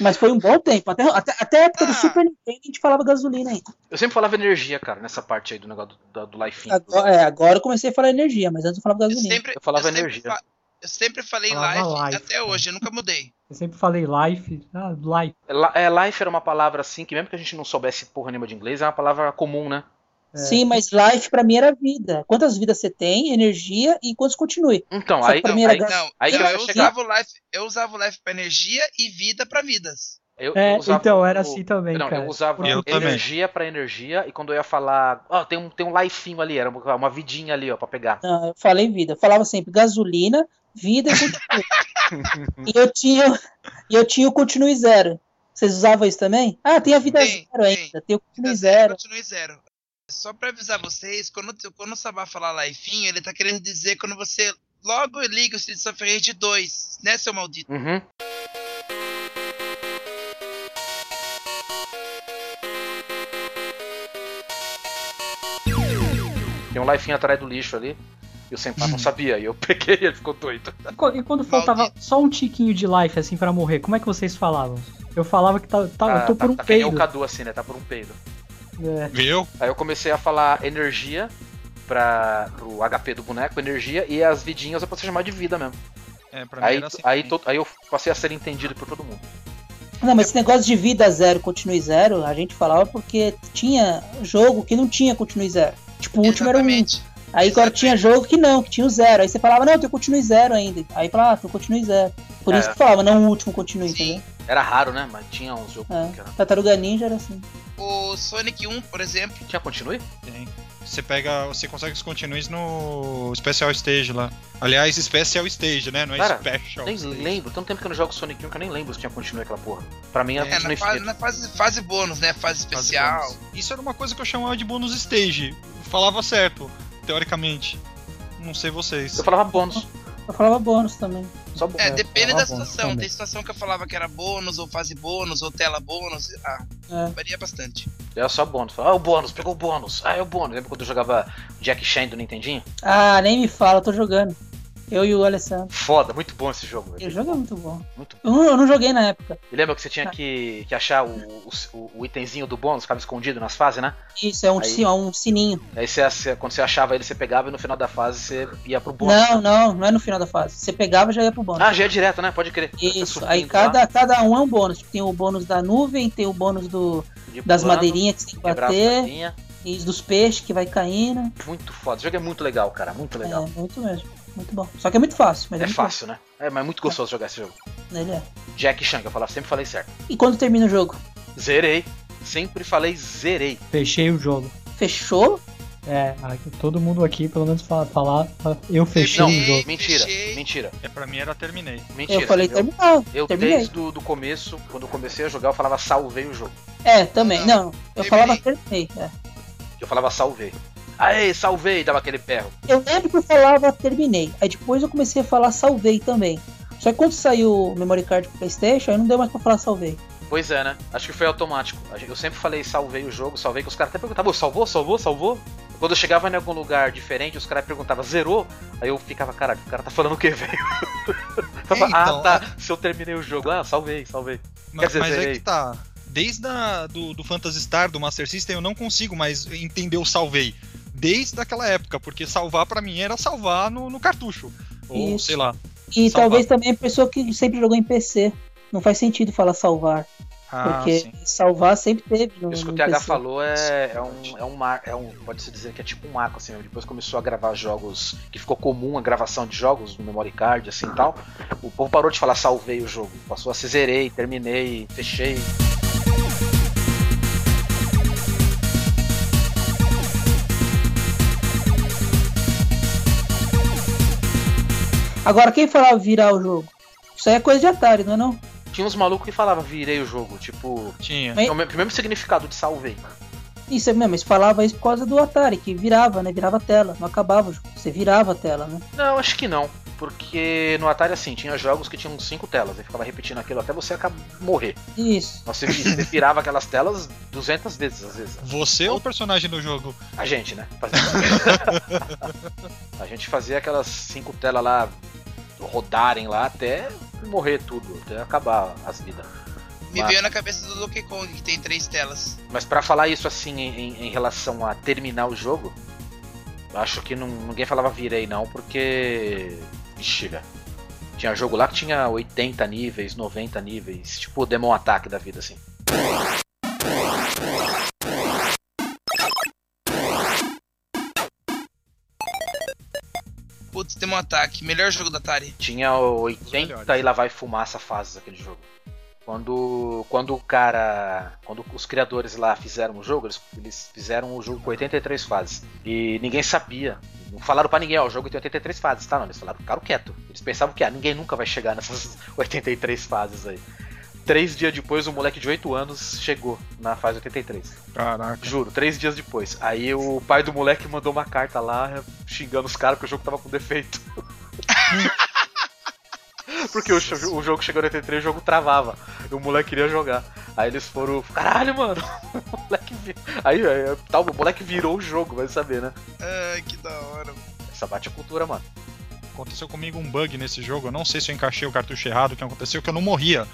Speaker 4: Mas foi um bom tempo. Até, até, até a época do
Speaker 5: Ah.
Speaker 4: Super Nintendo a gente falava gasolina ainda.
Speaker 1: Eu sempre falava energia, cara, nessa parte aí do negócio do, do, do life.
Speaker 4: Agora, é, agora eu comecei a falar energia, mas antes eu falava
Speaker 5: Eu
Speaker 4: gasolina.
Speaker 5: sempre,
Speaker 1: Eu falava
Speaker 5: sempre
Speaker 1: energia.
Speaker 5: fa- eu sempre falei
Speaker 2: Falava
Speaker 5: live,
Speaker 2: life,
Speaker 5: até
Speaker 2: cara.
Speaker 5: hoje, eu nunca mudei.
Speaker 2: Eu sempre falei life. Ah, life.
Speaker 1: É, li- É, life era uma palavra assim que mesmo que a gente não soubesse porra nenhuma de inglês, é uma palavra comum, né?
Speaker 2: É.
Speaker 4: Sim, mas life pra mim era vida. Quantas vidas você tem, energia e quantos continue.
Speaker 1: Então,
Speaker 4: Essa
Speaker 1: aí,
Speaker 4: primeira
Speaker 1: aí
Speaker 4: gas-
Speaker 5: Não,
Speaker 1: Aí que
Speaker 5: não,
Speaker 1: vai
Speaker 5: eu
Speaker 1: chegar.
Speaker 5: usava o life, eu usava o life pra energia e vida pra vidas.
Speaker 1: eu,
Speaker 2: É,
Speaker 1: eu usava
Speaker 2: então era
Speaker 1: o-
Speaker 2: assim também,
Speaker 1: Não,
Speaker 2: cara.
Speaker 1: eu usava
Speaker 3: Eu também.
Speaker 1: energia pra energia e quando eu ia falar, ó, tem um tem um lifinho ali, era uma, uma vidinha ali, ó, pra pegar.
Speaker 4: Não, Ah, eu falei vida. Eu falava sempre gasolina, vida e continue. e eu tinha, e eu tinha o continue zero. Vocês usavam isso também? Ah, tem a vida
Speaker 5: Tem,
Speaker 4: zero
Speaker 5: tem.
Speaker 4: ainda. Tem o continue
Speaker 5: Vida
Speaker 4: zero.
Speaker 5: Continue zero. Só pra avisar vocês, quando, quando o Sabá falar lifinho, ele tá querendo dizer quando você logo liga o Cid Só Ferreira de 2, né, seu maldito?
Speaker 1: Uhum. Tem um lifinho atrás do lixo ali. E o Senpai
Speaker 2: Hum.
Speaker 1: não sabia. E eu peguei e ele ficou doido.
Speaker 2: E co- E quando faltava só um tiquinho de life assim pra morrer, como é que vocês falavam? Eu falava que tá, tá- eu tô por um
Speaker 1: tá, tá que nem
Speaker 2: peido.
Speaker 1: o Cadu assim, né? Tá por um peido.
Speaker 2: É.
Speaker 3: Viu?
Speaker 1: Aí eu comecei a falar energia pra, pro HP do boneco, energia, e as vidinhas eu passei a chamar de vida mesmo.
Speaker 3: É, pra
Speaker 1: Aí,
Speaker 3: era assim
Speaker 1: aí,
Speaker 3: também.
Speaker 1: to- aí eu passei a ser entendido por todo mundo.
Speaker 4: Não, mas esse negócio de vida zero, continue zero, a gente falava porque tinha jogo que não tinha continue zero. Tipo, o último
Speaker 5: Exatamente.
Speaker 4: era um. Aí agora tinha jogo que não, que tinha o zero. Aí você falava, não, tem o continue zero ainda. Aí falava, ah, tem o continue zero. Por
Speaker 1: É.
Speaker 4: isso que falava, não o último continue,
Speaker 5: Sim.
Speaker 4: entendeu?
Speaker 1: Era raro, né? Mas tinha uns jogos
Speaker 4: É.
Speaker 1: que era.
Speaker 4: Tartaruga Ninja era assim.
Speaker 5: O Sonic 1, por exemplo,
Speaker 1: Tinha continue?
Speaker 3: Tem. Você pega. Você consegue os continues no Special Stage lá. Aliás, Special Stage, né? Não é
Speaker 1: Cara,
Speaker 3: Special.
Speaker 1: Nem
Speaker 3: Stage.
Speaker 1: lembro, tem um tempo que eu não jogo Sonic 1 que eu nem lembro se tinha continue aquela porra. Pra mim era
Speaker 5: é,
Speaker 1: continue
Speaker 5: na, fase,
Speaker 1: infinito.
Speaker 5: na fase, fase bônus, né? Fase
Speaker 3: Fase
Speaker 5: especial.
Speaker 3: bônus. Isso era uma coisa que eu chamava de bônus stage. Falava certo, teoricamente. Não sei vocês.
Speaker 1: Eu falava bônus,
Speaker 4: Eu falava bônus também.
Speaker 1: só bônus.
Speaker 5: É, depende
Speaker 2: tá
Speaker 5: da
Speaker 2: bom,
Speaker 5: situação.
Speaker 2: também.
Speaker 5: Tem situação que eu falava que era bônus, ou fase bônus, ou tela bônus. Ah,
Speaker 4: É.
Speaker 5: varia bastante.
Speaker 1: Era só bônus. Falava, ah, o bônus, pegou o bônus. Ah, é o bônus. Lembra quando eu jogava Jack Chan do Nintendinho?
Speaker 4: Ah, nem me fala, eu tô jogando. Eu e o Alessandro.
Speaker 1: Foda, muito bom esse jogo,
Speaker 4: Esse
Speaker 1: velho.
Speaker 4: jogo é muito bom.
Speaker 1: Muito
Speaker 4: Eu não, eu não joguei na época.
Speaker 1: E lembra que você tinha que, que achar o, o, o itemzinho do bônus, ficava escondido nas fases, né?
Speaker 4: Isso, é um,
Speaker 1: Aí.
Speaker 4: si- é um sininho.
Speaker 1: Aí você, você- quando você achava ele, você pegava e no final da fase você ia pro Um bônus.
Speaker 4: Não, não, não é no final da fase. Você pegava e já ia pro bônus.
Speaker 1: Ah, já é direto, né? Pode crer. Você tá?
Speaker 4: Isso,
Speaker 1: subindo
Speaker 4: aí
Speaker 1: lá,
Speaker 4: cada, cada um é um bônus. Tipo, Tem o bônus da nuvem, tem o bônus do,
Speaker 1: de
Speaker 4: das
Speaker 1: pulando,
Speaker 4: madeirinhas que você tem que
Speaker 1: quebrar as
Speaker 4: bater,
Speaker 1: madeirinhas.
Speaker 4: e dos peixes que vai caindo.
Speaker 1: Muito foda. O jogo é muito legal, cara. Muito legal.
Speaker 4: É, muito mesmo. Muito bom. Só que é muito fácil, mas
Speaker 1: É,
Speaker 4: é, muito
Speaker 1: fácil, né? É, mas é muito gostoso jogar esse jogo.
Speaker 4: bom. Ele é.
Speaker 1: Jack Chan, que eu falava, sempre falei certo.
Speaker 4: E quando termina o jogo?
Speaker 1: Zerei. Sempre falei zerei.
Speaker 2: Fechei o jogo.
Speaker 4: Fechou?
Speaker 2: É, aqui- todo mundo aqui, pelo menos fala, falar, fala, eu fechei
Speaker 1: Não,
Speaker 2: o jogo.
Speaker 1: mentira,
Speaker 5: fechei.
Speaker 1: mentira,
Speaker 3: É, pra mim era terminei.
Speaker 1: mentira.
Speaker 4: eu falei,
Speaker 1: eu,
Speaker 4: terminou.
Speaker 1: eu
Speaker 4: terminei.
Speaker 1: desde o do começo, quando eu comecei a jogar, eu falava salvei o jogo.
Speaker 4: É, também. Não, eu
Speaker 5: Terminei.
Speaker 4: falava terminei. é.
Speaker 1: Eu falava salvei. Aê, salvei, dava aquele perro.
Speaker 4: Eu lembro que eu falava terminei. Aí depois eu comecei a falar salvei também. Só que quando saiu o memory card pro Playstation, aí não deu mais pra falar salvei.
Speaker 1: Pois é, né? Acho que foi automático. A gente- Eu sempre falei salvei o jogo, salvei, que os caras até perguntavam, "Ô, salvou, salvou, salvou? Quando eu chegava em algum lugar diferente, os caras perguntavam, zerou? Aí eu ficava, caralho, o cara tá falando o quê, velho? Eu falava, ah,
Speaker 3: então,
Speaker 1: tá, se eu terminei o jogo, ah, salvei, salvei.
Speaker 3: Mas,
Speaker 1: dizer,
Speaker 3: mas é
Speaker 1: zerei.
Speaker 3: que tá. Desde a, do, do Phantasy Star, do Master System, eu não consigo mais entender o salvei. Desde aquela época, porque salvar pra mim era salvar no, no cartucho. Ou
Speaker 4: Isso.
Speaker 3: sei lá.
Speaker 4: E
Speaker 3: Salvar.
Speaker 4: talvez também a pessoa que sempre jogou em PC. Não faz sentido falar salvar.
Speaker 3: Ah,
Speaker 4: Porque
Speaker 3: sim.
Speaker 4: salvar sempre teve. No,
Speaker 1: Isso que o
Speaker 4: no
Speaker 1: TH
Speaker 4: PC.
Speaker 1: falou é, é um, é um mar, é um, pode-se dizer que é tipo um marco, assim, mesmo. depois começou a gravar jogos, que ficou comum a gravação de jogos no memory card, assim, e tal, o povo parou de falar salvei o jogo, passou a se zerei, terminei, fechei.
Speaker 4: Agora, quem falava virar o jogo? Isso aí é coisa de Atari, não é não?
Speaker 1: Tinha uns malucos que falavam virei o jogo, tipo.
Speaker 3: Tinha.
Speaker 4: Mas-
Speaker 1: É o me- o mesmo significado de salvei.
Speaker 4: Isso é mesmo, mas falava isso por causa do Atari, que virava, né? Virava a tela, não acabava o jogo. Você virava a tela, né?
Speaker 1: Não, acho que não. Porque no Atari, assim, tinha jogos que tinham cinco telas. E ficava repetindo aquilo até você acab- morrer.
Speaker 4: Isso.
Speaker 1: Nossa, Você você virava aquelas telas 200 vezes, às vezes.
Speaker 3: Você ou o personagem do jogo?
Speaker 1: A gente, né? Fazia- a gente fazia aquelas cinco telas lá rodarem lá até morrer tudo, até acabar as vidas.
Speaker 5: Me
Speaker 1: Mas-
Speaker 5: veio na cabeça do Donkey Kong, que tem três telas.
Speaker 1: Mas pra falar isso assim em, em- em relação a terminar o jogo, eu acho que não- ninguém falava virei não, porque. Vixe, velho. Tinha jogo lá que tinha 80 níveis, 90 níveis, tipo Demon Attack da vida, assim.
Speaker 5: Putz, tem um ataque. Melhor jogo da Atari.
Speaker 1: Tinha 80 e lá vai fumaça fases aquele jogo. Quando, quando o cara. Quando os criadores lá fizeram o jogo, eles, eles fizeram o jogo com 83 fases. E ninguém sabia. Não falaram pra ninguém, ó, o jogo tem 83 fases, tá? Não, eles falaram, ficaram quieto. Eles pensavam que ah, ninguém nunca vai chegar nessas 83 fases aí. Três dias depois, um moleque de 8 anos chegou na fase 83.
Speaker 3: Caraca.
Speaker 1: Juro, três dias depois. Aí o pai do moleque mandou uma carta lá xingando os caras porque o jogo tava com defeito. porque o, cho- o jogo chegou no 83 o jogo travava. E o moleque queria jogar. Aí eles foram. Caralho, mano! O moleque vi- Aí, aí tal, o moleque virou o jogo, vai saber, né?
Speaker 5: Ai, que da hora.
Speaker 1: Essa bate a cultura, mano.
Speaker 3: Aconteceu comigo um bug nesse jogo. Eu não sei se eu encaixei o cartucho errado, o que aconteceu, que eu não morria.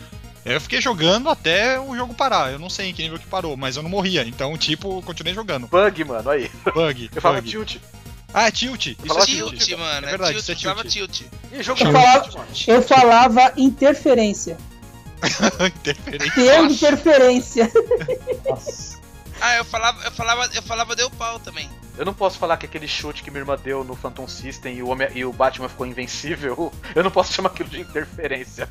Speaker 3: Eu fiquei jogando até o jogo parar. Eu não sei em que nível que parou, mas eu não morria. Então, tipo, eu continuei jogando.
Speaker 1: Bug, mano, aí.
Speaker 3: Bug,
Speaker 1: Eu falo
Speaker 3: bug.
Speaker 1: tilt.
Speaker 3: Ah, é tilt. Isso
Speaker 1: falava
Speaker 3: é
Speaker 5: tilt,
Speaker 3: tilt.
Speaker 5: mano.
Speaker 3: É verdade, isso é
Speaker 5: tilt. Usava
Speaker 3: tilt.
Speaker 5: tilt.
Speaker 1: Ih, jogo
Speaker 3: Eu
Speaker 1: tá
Speaker 4: falava-
Speaker 1: tilt, mano.
Speaker 4: Eu falava interferência.
Speaker 3: Interferência.
Speaker 4: Deu interferência.
Speaker 2: Nossa.
Speaker 5: Ah, eu falava, eu falava, eu falava deu pau também.
Speaker 1: Eu não posso falar que aquele chute que minha irmã deu no Phantom System e o, Homem- e o Batman ficou invencível. Eu não posso chamar aquilo de interferência.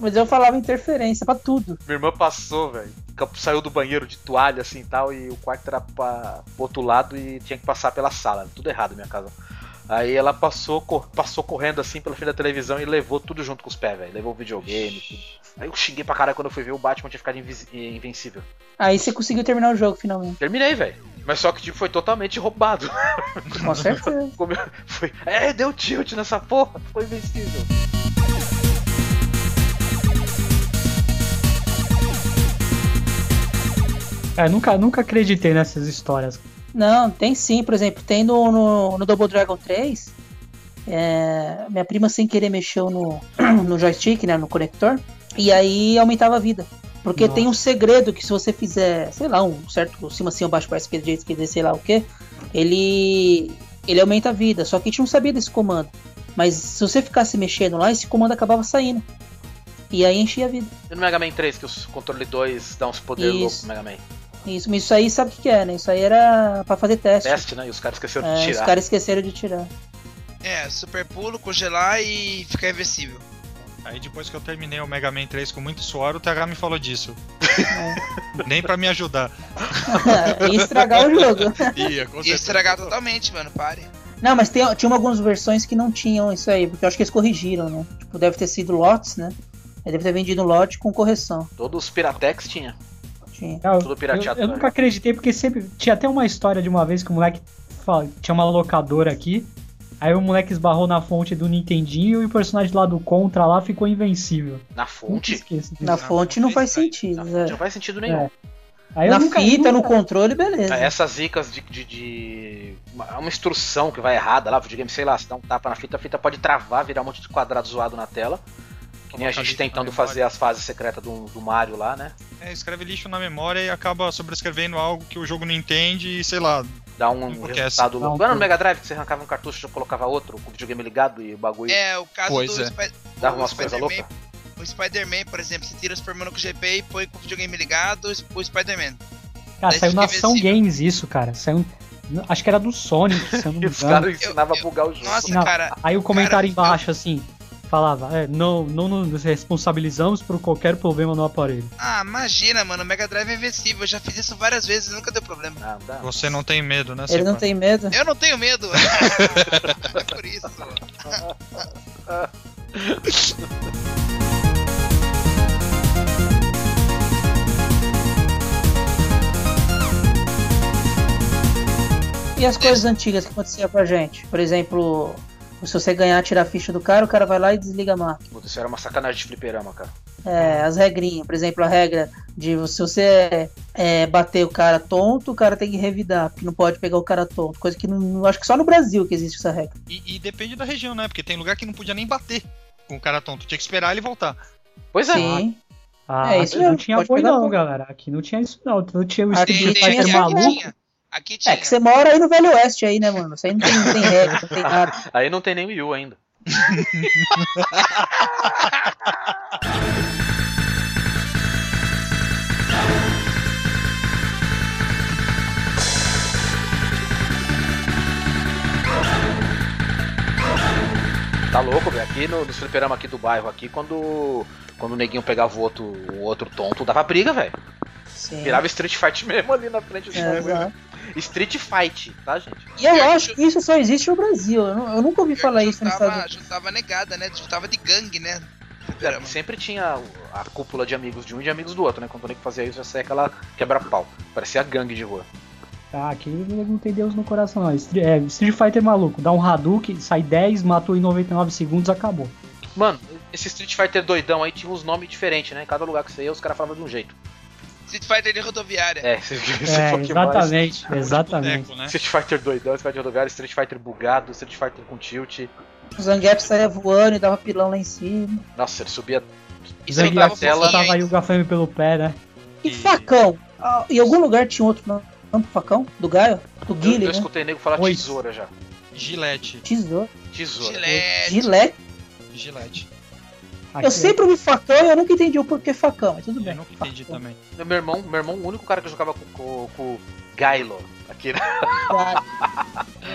Speaker 4: Mas eu falava interferência pra tudo.
Speaker 1: Minha irmã passou, velho. Ca- Saiu do banheiro de toalha, assim e tal, e o quarto era pra, pro outro lado e tinha que passar pela sala. Tudo errado, minha casa. Aí ela passou, cor- passou correndo assim pela frente da televisão e levou tudo junto com os pés, velho. Levou o videogame, tudo. Aí eu xinguei pra caralho quando eu fui ver o Batman tinha ficado invis- eh, invencível.
Speaker 4: Aí você conseguiu terminar o jogo finalmente.
Speaker 1: Terminei, velho. Mas só que tipo, foi totalmente roubado.
Speaker 4: Com certeza.
Speaker 1: Foi, é, deu tilt nessa porra, foi invencível.
Speaker 2: É, nunca, nunca acreditei nessas histórias.
Speaker 4: Não, tem sim, por exemplo, tem no, no, no Double Dragon 3. é, minha prima sem querer mexeu no, no joystick, né? No conector. E aí aumentava a vida. Porque tem um segredo que se você fizer, sei lá, um certo cima assim, um baixo para esquerda, direita, esquerda, sei lá o que, ele. ele aumenta a vida. Só que a gente não sabia desse comando. Mas se você ficasse mexendo lá, esse comando acabava saindo. E aí enchia a vida.
Speaker 1: E no Mega Man 3, que os controle 2 dá uns poderes
Speaker 4: Isso.
Speaker 1: loucos no Mega Man.
Speaker 4: Isso, isso aí sabe o que, que é, né? Isso aí era para fazer teste.
Speaker 1: Teste, né? E os caras esqueceram
Speaker 4: É,
Speaker 1: de
Speaker 4: os
Speaker 1: tirar.
Speaker 4: caras esqueceram de tirar.
Speaker 5: É, super pulo, congelar e ficar invencível.
Speaker 3: Aí depois que eu terminei o Mega Man 3 com muito suor, o TH me falou disso. Nem pra me ajudar.
Speaker 4: e estragar o jogo.
Speaker 3: Ia, com
Speaker 5: E estragar totalmente, mano. Pare.
Speaker 4: Não, mas tem, tinha algumas versões que não tinham isso aí, porque eu acho que eles corrigiram, né? Tipo, deve ter sido lotes, né? Ele deve ter vendido lote com correção.
Speaker 1: Todos os Piratex tinha.
Speaker 4: Tinha.
Speaker 2: Eu,
Speaker 1: Tudo pirateado,
Speaker 2: eu- eu
Speaker 1: né?
Speaker 2: nunca acreditei, porque sempre. Tinha até uma história de uma vez que o moleque fala- tinha uma locadora aqui. Aí o moleque esbarrou na fonte do Nintendinho e o personagem lá do Contra lá ficou invencível.
Speaker 1: Na
Speaker 2: Nunca
Speaker 1: fonte?
Speaker 2: esqueço disso.
Speaker 4: Na fonte não faz
Speaker 1: Na
Speaker 4: sentido.
Speaker 2: é.
Speaker 1: fonte
Speaker 4: né?
Speaker 1: não faz sentido nenhum.
Speaker 2: Aí eu
Speaker 4: Na
Speaker 2: nunca-
Speaker 4: fita, no
Speaker 2: nunca-
Speaker 4: controle,
Speaker 2: É.
Speaker 4: beleza.
Speaker 1: Ah, Essas zicas de. de, de- uma, uma instrução que vai errada lá, videogame, sei lá, se dá um tapa na fita, a fita pode travar, virar um monte de quadrado zoado na tela. Que nem a gente tentando fazer as fases secretas do, do Mario lá, né?
Speaker 3: É, escreve lixo na memória e acaba sobrescrevendo algo que o jogo não entende e sei lá.
Speaker 1: Dá um
Speaker 3: Enlouquece.
Speaker 1: resultado
Speaker 2: Dá
Speaker 1: louco.
Speaker 2: um
Speaker 1: Não era no
Speaker 2: pulo.
Speaker 1: Mega Drive que você arrancava um cartucho e colocava outro, com o videogame ligado e o bagulho
Speaker 5: É, o caso
Speaker 3: Pois
Speaker 5: do
Speaker 3: é.
Speaker 5: Spi-
Speaker 1: dava
Speaker 5: o
Speaker 1: umas coisas
Speaker 5: Spider-Man-
Speaker 1: loucas?
Speaker 5: O Spider-Man, por exemplo, você tira o Superman com o GP e põe com o videogame ligado o Spider-man.
Speaker 2: Cara,
Speaker 5: Daí
Speaker 2: saiu na
Speaker 5: fica
Speaker 1: é
Speaker 2: Ação
Speaker 5: invencível.
Speaker 2: Games isso, cara. Saiu. Acho que era do Sonic, se eu não
Speaker 1: E
Speaker 2: me
Speaker 1: os
Speaker 2: engano.
Speaker 1: caras ensinavam a
Speaker 5: eu-
Speaker 1: bugar o jogo.
Speaker 5: Nossa,
Speaker 2: Não,
Speaker 5: cara.
Speaker 2: Aí o comentário
Speaker 5: cara,
Speaker 2: embaixo assim: Falava, é, não, não nos responsabilizamos por qualquer problema no aparelho.
Speaker 5: Ah, imagina, mano, o Mega Drive é invencível. Eu já fiz isso várias vezes e nunca deu problema.
Speaker 1: Ah, dá.
Speaker 3: Você não tem medo, né?
Speaker 4: Ele
Speaker 3: Cipa?
Speaker 4: não tem medo.
Speaker 5: Eu não tenho medo. é por isso.
Speaker 4: E as coisas antigas que aconteciam com a gente? Por exemplo, se você ganhar, tirar a ficha do cara, o cara vai lá e desliga a máquina.
Speaker 1: Puta, isso era uma sacanagem de fliperama, cara.
Speaker 4: É, as regrinhas, por exemplo, a regra de se você é, bater o cara tonto, o cara tem que revidar, porque não pode pegar o cara tonto. Coisa que não, acho que só no Brasil que existe essa regra.
Speaker 3: E, e depende da região, né? Porque tem lugar que não podia nem bater com o cara tonto. Tinha que esperar ele voltar. Tipo
Speaker 1: Pois é.
Speaker 4: Sim.
Speaker 2: Ah,
Speaker 4: É, isso
Speaker 2: aqui não
Speaker 4: mesmo,
Speaker 2: tinha
Speaker 4: pode
Speaker 2: apoio
Speaker 4: pegar
Speaker 2: não,
Speaker 4: fogo.
Speaker 2: galera. Aqui não tinha isso não. Não tinha o
Speaker 4: Aqui
Speaker 2: Street
Speaker 4: tem-
Speaker 2: Fighter
Speaker 4: aqui
Speaker 2: maluco.
Speaker 5: tinha. Aqui tinha.
Speaker 4: É que você mora aí no Velho Oeste aí, né, mano? Isso aí não tem, não tem regra, não tem nada.
Speaker 1: Aí não tem nem Wii U ainda. Tá louco, velho. Aqui no, nos fliperama aqui do bairro, aqui, quando, quando o neguinho pegava o outro, o outro tonto, dava briga, velho.
Speaker 4: Sim.
Speaker 1: Virava Street Fight mesmo ali na frente do
Speaker 4: É,
Speaker 1: bagulho.
Speaker 4: exato.
Speaker 1: Street Fight, tá, gente?
Speaker 4: E é lógico que isso só existe no Brasil. Eu, nu- eu nunca ouvi falar isso nos Estados
Speaker 5: chutava,
Speaker 4: Unidos.
Speaker 5: chutava negada, né? Chutava de gangue, né?
Speaker 1: Cara, sempre tinha o- a cúpula de amigos de um e de amigos do outro, né? Quando o Nico fazia isso, já saía aquela quebra-pau. Parecia gangue de rua.
Speaker 2: Ah, aqui não tem Deus no coração não. Street, é, Street Fighter maluco. Dá um Hadouken, sai 10, matou em 99 segundos, acabou.
Speaker 1: Mano, esse Street Fighter doidão aí tinha uns nomes diferentes, né? Em cada lugar que você ia, os caras falavam de um jeito.
Speaker 5: Street Fighter de rodoviária.
Speaker 1: É, se, se
Speaker 2: É,
Speaker 1: for que mais.
Speaker 2: exatamente, exatamente.
Speaker 3: Boteco, né?
Speaker 1: Street Fighter doidão, Street Fighter lugar, Street Fighter bugado, Street Fighter com tilt.
Speaker 4: O Zangief saía voando e dava pilão lá em cima.
Speaker 1: Nossa, ele subia.
Speaker 5: E
Speaker 1: Isso aí
Speaker 5: soltava
Speaker 1: na tela-
Speaker 5: foguinho
Speaker 2: Tava aí
Speaker 5: ainda.
Speaker 2: o Gafame pelo pé, né?
Speaker 4: E
Speaker 3: E-
Speaker 4: facão? Ah, em algum lugar tinha outro nome pro facão? Do Gaio? Do
Speaker 1: Eu, eu
Speaker 4: Guile, né?
Speaker 1: escutei nego falar
Speaker 2: Oi.
Speaker 1: tesoura já.
Speaker 3: Gilete.
Speaker 4: Tesouro.
Speaker 1: Tesoura.
Speaker 5: Gilete.
Speaker 4: Gilete.
Speaker 3: Gilete.
Speaker 2: Aqui, é
Speaker 4: Eu sempre ouvi facão e eu nunca entendi o porquê facão, mas tudo
Speaker 3: é Eu
Speaker 4: bem. Tá.
Speaker 3: nunca entendi também.
Speaker 1: Meu, meu irmão, meu irmão, o único cara que jogava com com- com o Gailo. Aqui era
Speaker 4: Claro.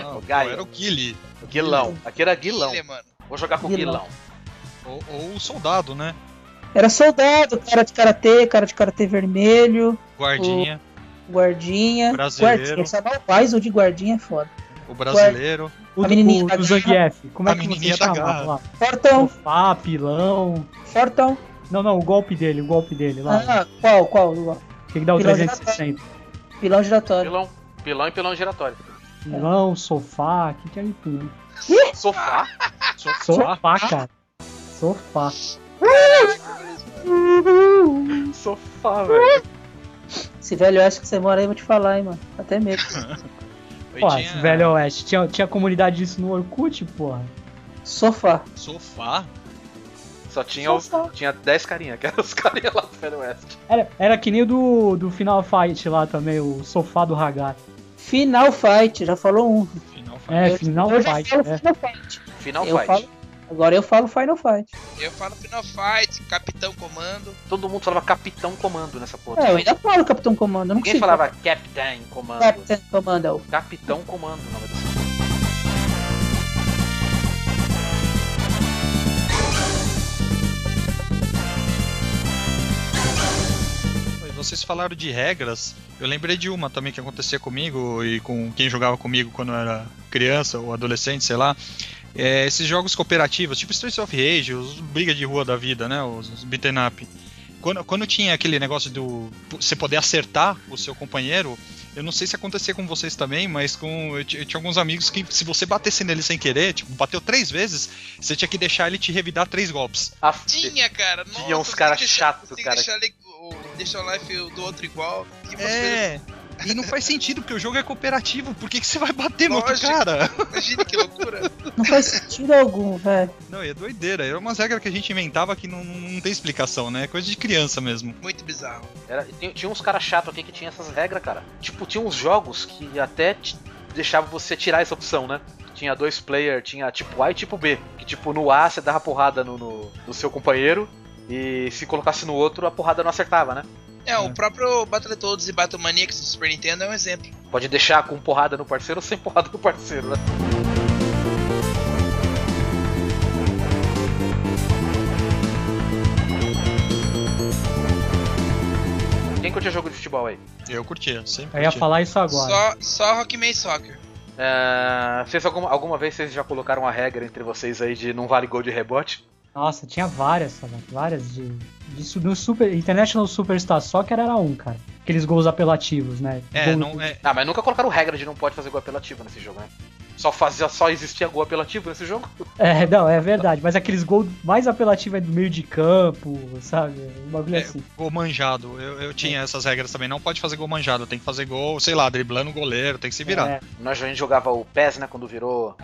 Speaker 3: Não,
Speaker 1: O
Speaker 3: pô,
Speaker 1: Gaio.
Speaker 3: era o Guile.
Speaker 1: Guilão. Aqui era Guilão.
Speaker 5: Filha, mano.
Speaker 1: Vou jogar com o
Speaker 4: Guilão.
Speaker 1: Guilão.
Speaker 3: Ou, ou o soldado, né?
Speaker 4: Era soldado, cara de karatê, cara de karatê vermelho,
Speaker 3: Guardinha.
Speaker 4: guardinha.
Speaker 3: Brasileiro.
Speaker 4: Guardinha, chamar o Paizo de guardinha é foda.
Speaker 3: O brasileiro.
Speaker 2: o do,
Speaker 4: a menininha
Speaker 2: o
Speaker 4: da
Speaker 2: do Zangief. Como
Speaker 3: a
Speaker 2: é que você
Speaker 3: menininha da garra.
Speaker 2: chamava lá?
Speaker 4: Fortão,
Speaker 2: Fá, pilão.
Speaker 4: fortão.
Speaker 2: Não, não, o golpe dele, o golpe dele lá.
Speaker 4: Ah, qual, qual? Lua?
Speaker 2: Tem que dar o
Speaker 4: Pilão
Speaker 2: 360.
Speaker 4: Pilão giratório.
Speaker 1: Pilão. Pilão e pilão giratório.
Speaker 2: Pilão, sofá, é aqui tinha de tudo.
Speaker 1: Sofá?
Speaker 2: né? Sofá, cara. Sofá.
Speaker 1: Ah, Sofá, velho.
Speaker 4: Esse velho oeste que você mora aí, eu vou te falar, hein, mano. Dá Até medo.
Speaker 3: Aí
Speaker 2: Pô,
Speaker 3: tinha
Speaker 2: esse velho oeste. Tinha, tinha comunidade disso no Orkut, porra.
Speaker 4: Sofá.
Speaker 3: Sofá.
Speaker 1: Só tinha os,
Speaker 4: Sofá.
Speaker 1: tinha 10 carinha, que eram os carinha lá do Velho Oeste.
Speaker 2: Era, era que nem o do, do Final Fight lá também, o sofá do Hagar.
Speaker 4: Final Fight, já falou um.
Speaker 3: Final Fight.
Speaker 2: É,
Speaker 4: Eu-
Speaker 2: Final
Speaker 4: eu já
Speaker 2: Fight.
Speaker 4: falo
Speaker 2: É.
Speaker 4: Final Fight.
Speaker 1: Final
Speaker 4: Eu
Speaker 1: Fight.
Speaker 4: falo- Agora eu falo Final Fight.
Speaker 5: Eu falo Final Fight, Capitão Comando.
Speaker 1: Todo mundo falava Capitão Comando nessa porra.
Speaker 4: É, eu ainda falo Capitão Comando. eu Não
Speaker 1: Ninguém
Speaker 4: consigo
Speaker 1: falava Captain Comando.
Speaker 4: falar Capitão Comando. é
Speaker 1: Capitão Comando, na verdade.
Speaker 3: E vocês falaram de regras. Eu lembrei de uma também que acontecia comigo e com quem jogava comigo quando eu era criança ou adolescente, sei lá. É, esses jogos cooperativos, tipo Streets of Rage, os briga de rua da vida, né? Os, os beaten up. Quando, quando tinha aquele negócio do você poder acertar o seu companheiro, eu não sei se acontecia com vocês também, mas com eu, ti- eu tinha alguns amigos que se você batesse nele sem querer, tipo, bateu três vezes, você tinha que deixar ele te revidar três golpes.
Speaker 1: Ah,
Speaker 5: Tinha, cara. Nossa,
Speaker 1: Tinha uns
Speaker 5: você
Speaker 1: cara
Speaker 5: tem que
Speaker 1: chato,
Speaker 5: deixar- você tem que
Speaker 1: cara.
Speaker 5: Deixar, ele- o- deixar o life do outro igual. Que umas
Speaker 3: É. E não faz sentido, porque o jogo é cooperativo. Por que, que você vai bater no outro
Speaker 5: Lógico.
Speaker 3: cara?
Speaker 5: coisas- Imagina que loucura.
Speaker 4: Não faz sentido algum, velho.
Speaker 3: Não, e é doideira. Era umas regras que a gente inventava que não, não tem explicação, né? É Coisa de criança mesmo.
Speaker 5: Muito bizarro.
Speaker 1: Era- tinha, tinha uns caras chatos aqui que tinha essas regras, cara. Tipo, tinha uns jogos que até te- deixavam você tirar essa opção, né? Tinha dois player, tinha tipo A e tipo B. Que tipo, no A você dava porrada no, no, no seu companheiro e se colocasse no outro, a porrada não acertava, né?
Speaker 5: É, o próprio Battletoads e Battlemaniacs do Super Nintendo é um exemplo.
Speaker 1: Pode deixar com porrada no parceiro ou sem porrada no parceiro, né? Quem curtia jogo de futebol aí?
Speaker 3: Eu curtia, sempre.
Speaker 2: Eu ia
Speaker 3: curti.
Speaker 2: falar isso agora.
Speaker 5: Só, só Rockman Soccer.
Speaker 1: É, vocês alguma, alguma vez vocês já colocaram uma regra entre vocês aí de não vale gol de rebote?
Speaker 2: Nossa, tinha várias, sabe? Várias de. de su- no Super, International Superstar Soccer era um, cara. Aqueles gols apelativos, né?
Speaker 3: É,
Speaker 2: Gol-
Speaker 3: não é.
Speaker 1: Ah, mas nunca colocaram regra de não pode fazer gol apelativo nesse jogo, né? Só, fazia, só existia gol apelativo nesse jogo?
Speaker 2: É, não, é verdade. Mas aqueles gols mais apelativos é do meio de campo, sabe? Um bagulho
Speaker 3: É.
Speaker 2: assim.
Speaker 3: Gol manjado. Eu, eu tinha
Speaker 2: É.
Speaker 3: essas regras também. Não pode fazer gol manjado. Tem que fazer gol, sei lá, driblando o goleiro, tem que se virar.
Speaker 2: É,
Speaker 1: Nós a gente jogava o PES, né? Quando virou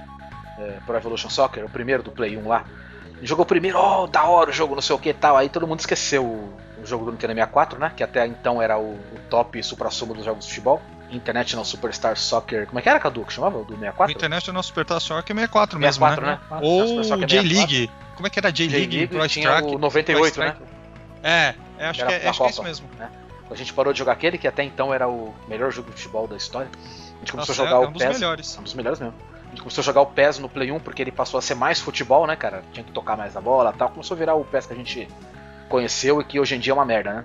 Speaker 1: é, Pro Evolution Soccer, o primeiro do Play 1 lá. Jogou o primeiro, oh, da hora o jogo, não sei o que e tal. Aí todo mundo esqueceu o, o jogo do Nintendo 64, né? Que até então era o, o top supra-sumo dos jogos de futebol. International Superstar Soccer. Como é que era, Cadu? Que chamava? O do
Speaker 3: O
Speaker 1: 64?
Speaker 3: International Superstar Soccer é 64 mesmo,
Speaker 1: 64,
Speaker 3: né?
Speaker 1: né?
Speaker 2: Ah,
Speaker 3: Ou
Speaker 1: Super Soccer 64.
Speaker 3: J-League. Como é que era J-League?
Speaker 1: J-League
Speaker 3: Pro
Speaker 1: tinha
Speaker 3: Strike?
Speaker 1: o 98, né?
Speaker 3: É, é, acho,
Speaker 1: Era
Speaker 3: que, é,
Speaker 1: da
Speaker 3: acho que é
Speaker 1: Copa.
Speaker 3: isso mesmo.
Speaker 1: A gente parou de jogar aquele, que até então era o melhor jogo de futebol da história. A gente começou
Speaker 3: Nossa,
Speaker 1: a
Speaker 3: é,
Speaker 1: jogar
Speaker 3: é
Speaker 1: o
Speaker 3: um dos
Speaker 1: PES.
Speaker 3: melhores.
Speaker 1: É um dos melhores mesmo. A gente começou a jogar o PES no Play 1 porque ele passou a ser mais futebol, né, cara? Tinha que tocar mais a bola tal. Começou a virar o PES que a gente conheceu e que hoje em dia é uma merda, né?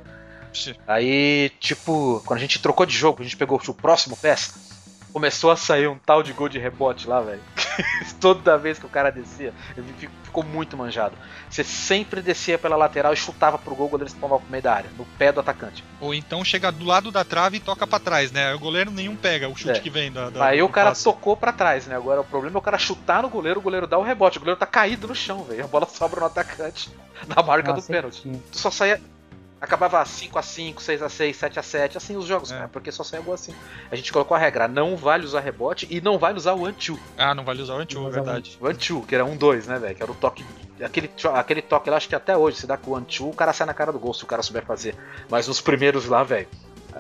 Speaker 1: Aí, tipo, quando a gente trocou de jogo, a gente pegou tipo, o próximo PES, começou a sair um tal de gol de rebote lá, velho. Toda vez que o cara descia, ele fi- ficou muito manjado. Você sempre descia pela lateral e chutava pro gol, o goleiro se tomava pro meio da área, no pé do atacante.
Speaker 3: Ou então chega do lado da trave e toca pra trás, né? Aí O goleiro nenhum pega o chute
Speaker 1: É.
Speaker 3: que vem da. da
Speaker 1: Aí
Speaker 3: do
Speaker 1: o cara
Speaker 3: passe.
Speaker 1: tocou pra trás, né? Agora o problema é o cara chutar no goleiro, o goleiro dá o rebote. O goleiro tá caído no chão, velho. A bola sobra no atacante, na marca
Speaker 2: nossa, é
Speaker 1: do pênalti.
Speaker 2: tinha.
Speaker 1: Tu só saía. Acabava 5x5, 6x6, 7x7, assim os jogos,
Speaker 3: É.
Speaker 1: cara, porque só saia gol assim. A gente colocou a regra, não vale usar rebote e não vale usar o one-two.
Speaker 3: Ah, não vale usar o Antiu,
Speaker 2: Não
Speaker 3: é
Speaker 2: vale usar o
Speaker 3: verdade.
Speaker 1: O one-two, que era um dois, né, velho? Que era o toque. Aquele, cho- aquele toque lá, acho que até hoje, se dá com o one-two, o cara sai na cara do gol se o cara souber fazer. Mas nos primeiros lá, velho,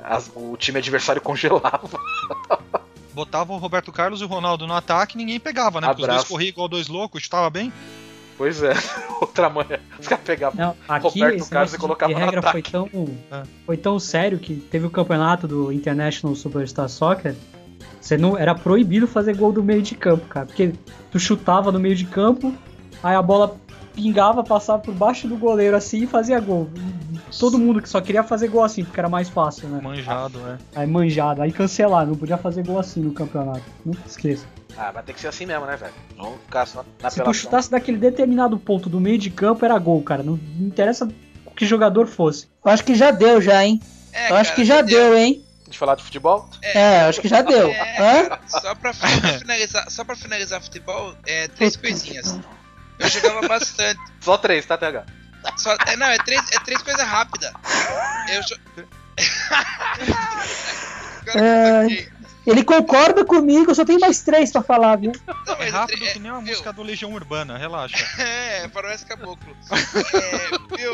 Speaker 1: as- o time adversário congelava.
Speaker 3: Botava o Roberto Carlos e o Ronaldo no ataque e ninguém pegava, né? Porque os dois
Speaker 1: Abraço.
Speaker 3: corriam igual dois loucos, chutava bem.
Speaker 1: Pois é, outra manhã. Os caras pegavam.
Speaker 2: Não, aqui
Speaker 1: Roberto
Speaker 2: esse
Speaker 1: Carlos
Speaker 2: negócio
Speaker 1: colocava
Speaker 2: de
Speaker 1: no
Speaker 2: regra foi
Speaker 1: ataque.
Speaker 2: tão,
Speaker 3: É.
Speaker 2: foi tão sério que teve o campeonato do International Superstar Soccer. Você não era proibido fazer gol do meio de campo, cara, porque tu chutava no meio de campo, aí a bola pingava, passava por baixo do goleiro assim e fazia gol. Todo mundo que só queria fazer gol assim, porque era mais fácil, né?
Speaker 3: Manjado, é.
Speaker 2: Aí manjado, aí cancelar, não podia fazer gol assim no campeonato. Nunca esqueça.
Speaker 1: Ah, vai ter que ser assim mesmo, né, velho? Não ficar só na
Speaker 2: Se tu
Speaker 1: apelação.
Speaker 2: chutasse daquele determinado ponto do meio de campo, era gol, cara. Não não interessa que jogador fosse.
Speaker 4: Eu acho que já deu, já, hein?
Speaker 5: É,
Speaker 4: Eu acho
Speaker 5: cara,
Speaker 4: que já deu, hein?
Speaker 1: De falar de futebol?
Speaker 4: É, eu acho que já deu.
Speaker 5: É,
Speaker 4: Hã?
Speaker 5: cara, só pra, só pra finalizar, só pra finalizar futebol, é três coisinhas. Eu jogava bastante.
Speaker 1: Só três, tá, TH?
Speaker 5: Só- é, não, é três, é três coisas rápidas. Eu jo... Cara, que eu toquei.
Speaker 4: Ele concorda comigo, só tem mais três pra falar, viu?
Speaker 5: Não,
Speaker 3: É
Speaker 5: mas
Speaker 3: rápido
Speaker 5: tre-
Speaker 3: que nem uma
Speaker 5: viu?
Speaker 3: música do Legião Urbana, relaxa.
Speaker 5: É, faroeste caboclo. É, viu?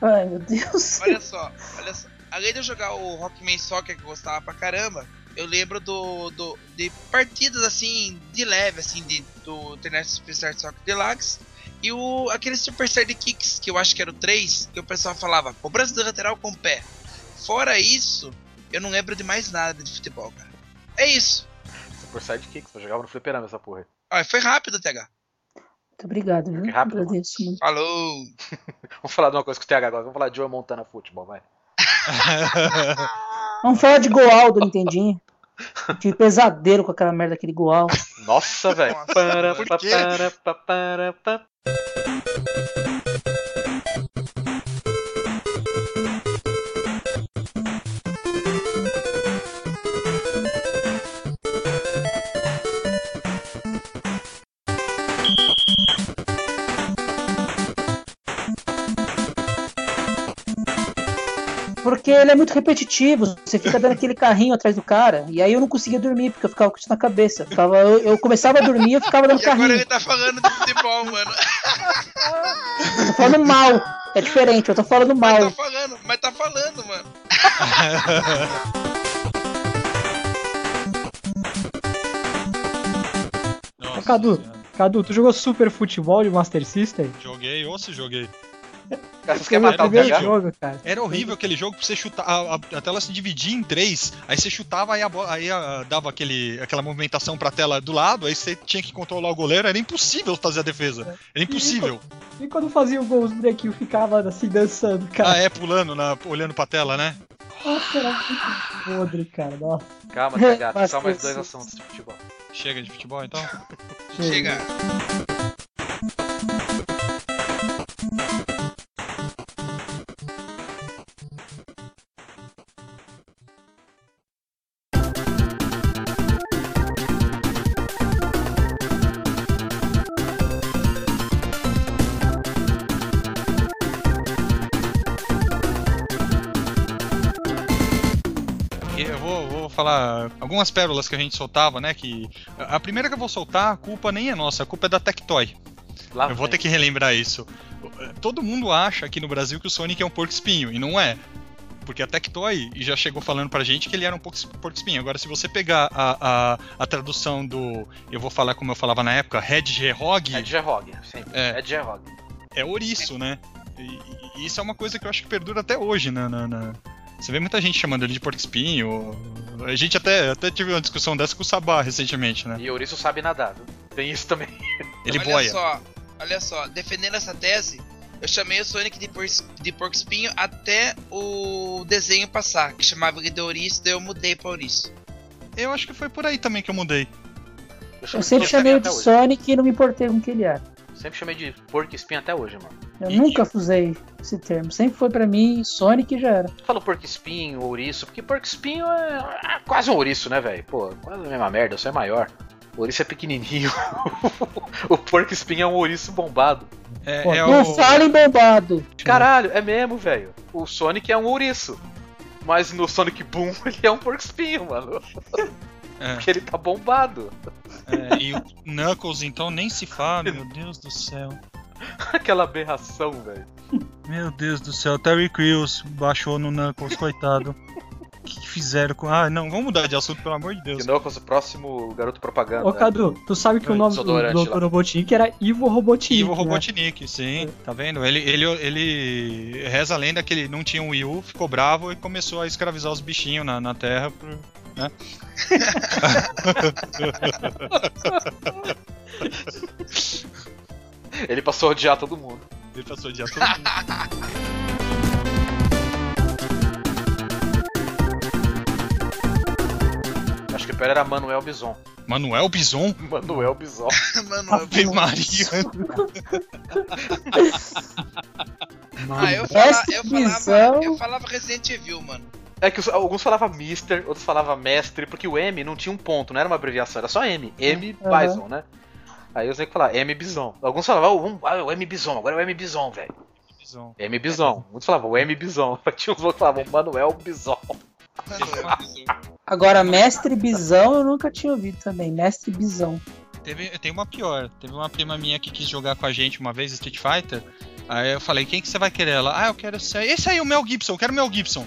Speaker 4: Ai, meu Deus.
Speaker 5: Olha só, olha só. Além de eu jogar o Rockman Soccer que eu gostava pra caramba, eu lembro do, do de partidas assim de leve assim de, do Internet Superstar Soccer Deluxe e o aquele Superstar de Kicks que eu acho que era o 3, que o pessoal falava cobrança de lateral com o pé. Fora isso, eu não lembro de mais nada de futebol, cara. É isso.
Speaker 1: É Por sidekicks, eu jogava no fliperama essa porra. aí.
Speaker 5: Olha, foi rápido, TH.
Speaker 4: Muito obrigado, viu?
Speaker 1: Que rápido, mano.
Speaker 4: Agradeço muito.
Speaker 5: Falou.
Speaker 1: Vamos falar de uma coisa com o TH agora, vamos falar de Joe Montana Futebol, vai.
Speaker 4: Vamos falar de Goal do Nintendinho. Tive pesadelo com aquela merda daquele Goal.
Speaker 1: Nossa, velho.
Speaker 5: Nossa,
Speaker 1: Para,
Speaker 5: por
Speaker 1: pa,
Speaker 5: quê?
Speaker 1: para, pa, para, pa.
Speaker 4: Porque ele é muito repetitivo, você fica dando aquele carrinho atrás do cara, e aí eu não conseguia dormir, porque eu ficava com isso na cabeça. Eu, ficava- eu- eu começava a dormir, eu ficava dando
Speaker 5: E agora ele
Speaker 4: carrinho.
Speaker 5: tá falando de futebol, mano.
Speaker 4: Eu tô falando mal, é diferente, eu tô falando
Speaker 5: Mas tá
Speaker 4: mal.
Speaker 5: falando, mas tá falando, mano.
Speaker 3: Nossa
Speaker 2: Cadu.
Speaker 3: Senhora.
Speaker 2: Cadu, tu jogou Super Futebol de Master System?
Speaker 3: Joguei ou se joguei.
Speaker 1: Cara, Vocês querem
Speaker 2: Foi
Speaker 1: matar o
Speaker 2: meu primeiro
Speaker 1: TH?
Speaker 2: jogo, cara.
Speaker 3: Era horrível aquele jogo pra você chutar. A, a, a tela se dividia em três, aí você chutava, aí, a bola, aí a- dava aquele, aquela movimentação pra tela do lado, aí você tinha que controlar o goleiro, era impossível fazer a defesa. Era impossível.
Speaker 2: E quando fazia o gol, os bonequinhos ficavam assim dançando,
Speaker 3: Ah,
Speaker 2: cara.
Speaker 3: é, pulando, na, olhando pra tela, né?
Speaker 2: Nossa, era muito podre, cara. Nossa,
Speaker 1: Calma, TH, tem
Speaker 2: Mas
Speaker 1: só mais
Speaker 2: eu-
Speaker 1: dois assuntos de futebol.
Speaker 3: Chega de futebol então.
Speaker 5: Chega.
Speaker 3: E Eu vou, vou falar algumas pérolas que a gente soltava, né? Que a a primeira que eu vou soltar, a culpa nem é nossa, a culpa é da Tectoy.
Speaker 1: Lá
Speaker 3: Eu vou
Speaker 1: vem.
Speaker 3: ter que relembrar isso. Todo mundo acha aqui no Brasil que o Sonic é um porco espinho, e não é. Porque a Tectoy já chegou falando pra gente que ele era um porco porco espinho. Agora, se você pegar a, a, a tradução do. Eu vou falar como eu falava na época, Red Gerog,
Speaker 1: É G-Rog, sempre.
Speaker 3: É.
Speaker 1: É G-Rog.
Speaker 3: é ouriço, né? E, e isso é uma coisa que eu acho que perdura até hoje, né? na- na- Você vê muita gente chamando ele de porco espinho. A gente até, até teve uma discussão dessa com o Sabá recentemente, né?
Speaker 1: E Ouriço sabe nadar, viu? Tem isso também.
Speaker 3: Ele
Speaker 5: olha
Speaker 3: boia.
Speaker 5: só, olha só, defendendo essa tese, eu chamei o Sonic de, por, de porco espinho até o desenho passar, que chamava ele de Ouriço, daí eu mudei pra Ouriço.
Speaker 3: Eu acho que foi por aí também que eu mudei.
Speaker 5: um
Speaker 4: Eu sempre chamei o de
Speaker 1: Sonic.
Speaker 4: Sonic e não me importei com que ele era.
Speaker 1: Sempre chamei de porco espinho até hoje, mano.
Speaker 4: Eu
Speaker 3: Ih.
Speaker 4: nunca usei esse termo. Sempre foi pra mim Sonic e já era.
Speaker 1: Eu falo porco espinho, um ouriço, porque porco espinho é é quase um ouriço, né, velho? Pô, quase a mesma merda, só é maior. O ouriço é pequenininho. o porco espinho é um ouriço bombado.
Speaker 3: É,
Speaker 2: Pô,
Speaker 3: é
Speaker 4: não
Speaker 3: o...
Speaker 4: falem bombado.
Speaker 1: Caralho, é mesmo, velho. O Sonic é um ouriço. Mas no Sonic Boom ele é um porco espinho, mano.
Speaker 3: É.
Speaker 1: Porque ele tá bombado.
Speaker 3: É, e o Knuckles, então, nem se fala, meu Deus do céu.
Speaker 1: Aquela aberração, velho.
Speaker 3: Meu Deus do céu, Terry Crews baixou no Knuckles, coitado. O que que fizeram com. Ah, não, vamos mudar de assunto, pelo amor de Deus.
Speaker 1: Knuckles, o próximo garoto propaganda.
Speaker 2: Ô, Cadu, tu sabe que o nome do,
Speaker 1: Desodorante
Speaker 2: do Dr.
Speaker 1: lá.
Speaker 2: Robotnik era Ivo Robotnik.
Speaker 3: E o
Speaker 2: né?
Speaker 3: Robotnik, sim, tá vendo? Ele, ele, ele reza a lenda que ele não tinha um Wii U, ficou bravo e começou a escravizar os bichinhos na, na Terra. Pro, né?
Speaker 1: Ele passou a odiar todo mundo.
Speaker 3: Ele passou o dia todo. mundo.
Speaker 1: Acho que o pior era Manuel Bison.
Speaker 3: Manuel Bison?
Speaker 1: Manuel Bison.
Speaker 5: Mano, eu-
Speaker 3: Ave Maria!
Speaker 5: ah, eu, fala,
Speaker 4: Essa
Speaker 5: eu, falava,
Speaker 4: visão-
Speaker 5: eu falava Resident Evil, mano.
Speaker 1: É que os- alguns falavam Mister, outros falavam Mestre, porque o M não tinha um ponto, não era uma abreviação, era só M. M
Speaker 4: Aham.
Speaker 1: Bison, né? Aí eu sei que falar M Bison. Alguns falavam, "Ah, um- ah, é o M Bison, agora é o M Bison, velho.
Speaker 3: Bison.
Speaker 1: M Bison. Muitos falavam o M Bison. Tinha uns outros que falavam Manuel Bison.
Speaker 5: Mano, eu-
Speaker 4: Agora, Mestre Bisão eu nunca tinha ouvido também. Mestre Bisão.
Speaker 3: Teve, tem uma pior. Teve uma prima minha que quis jogar com a gente uma vez Street Fighter. Aí eu falei, quem que você vai querer? Ela, ah, eu quero esse aí. Esse aí, o Mel Gibson, eu quero o Mel Gibson.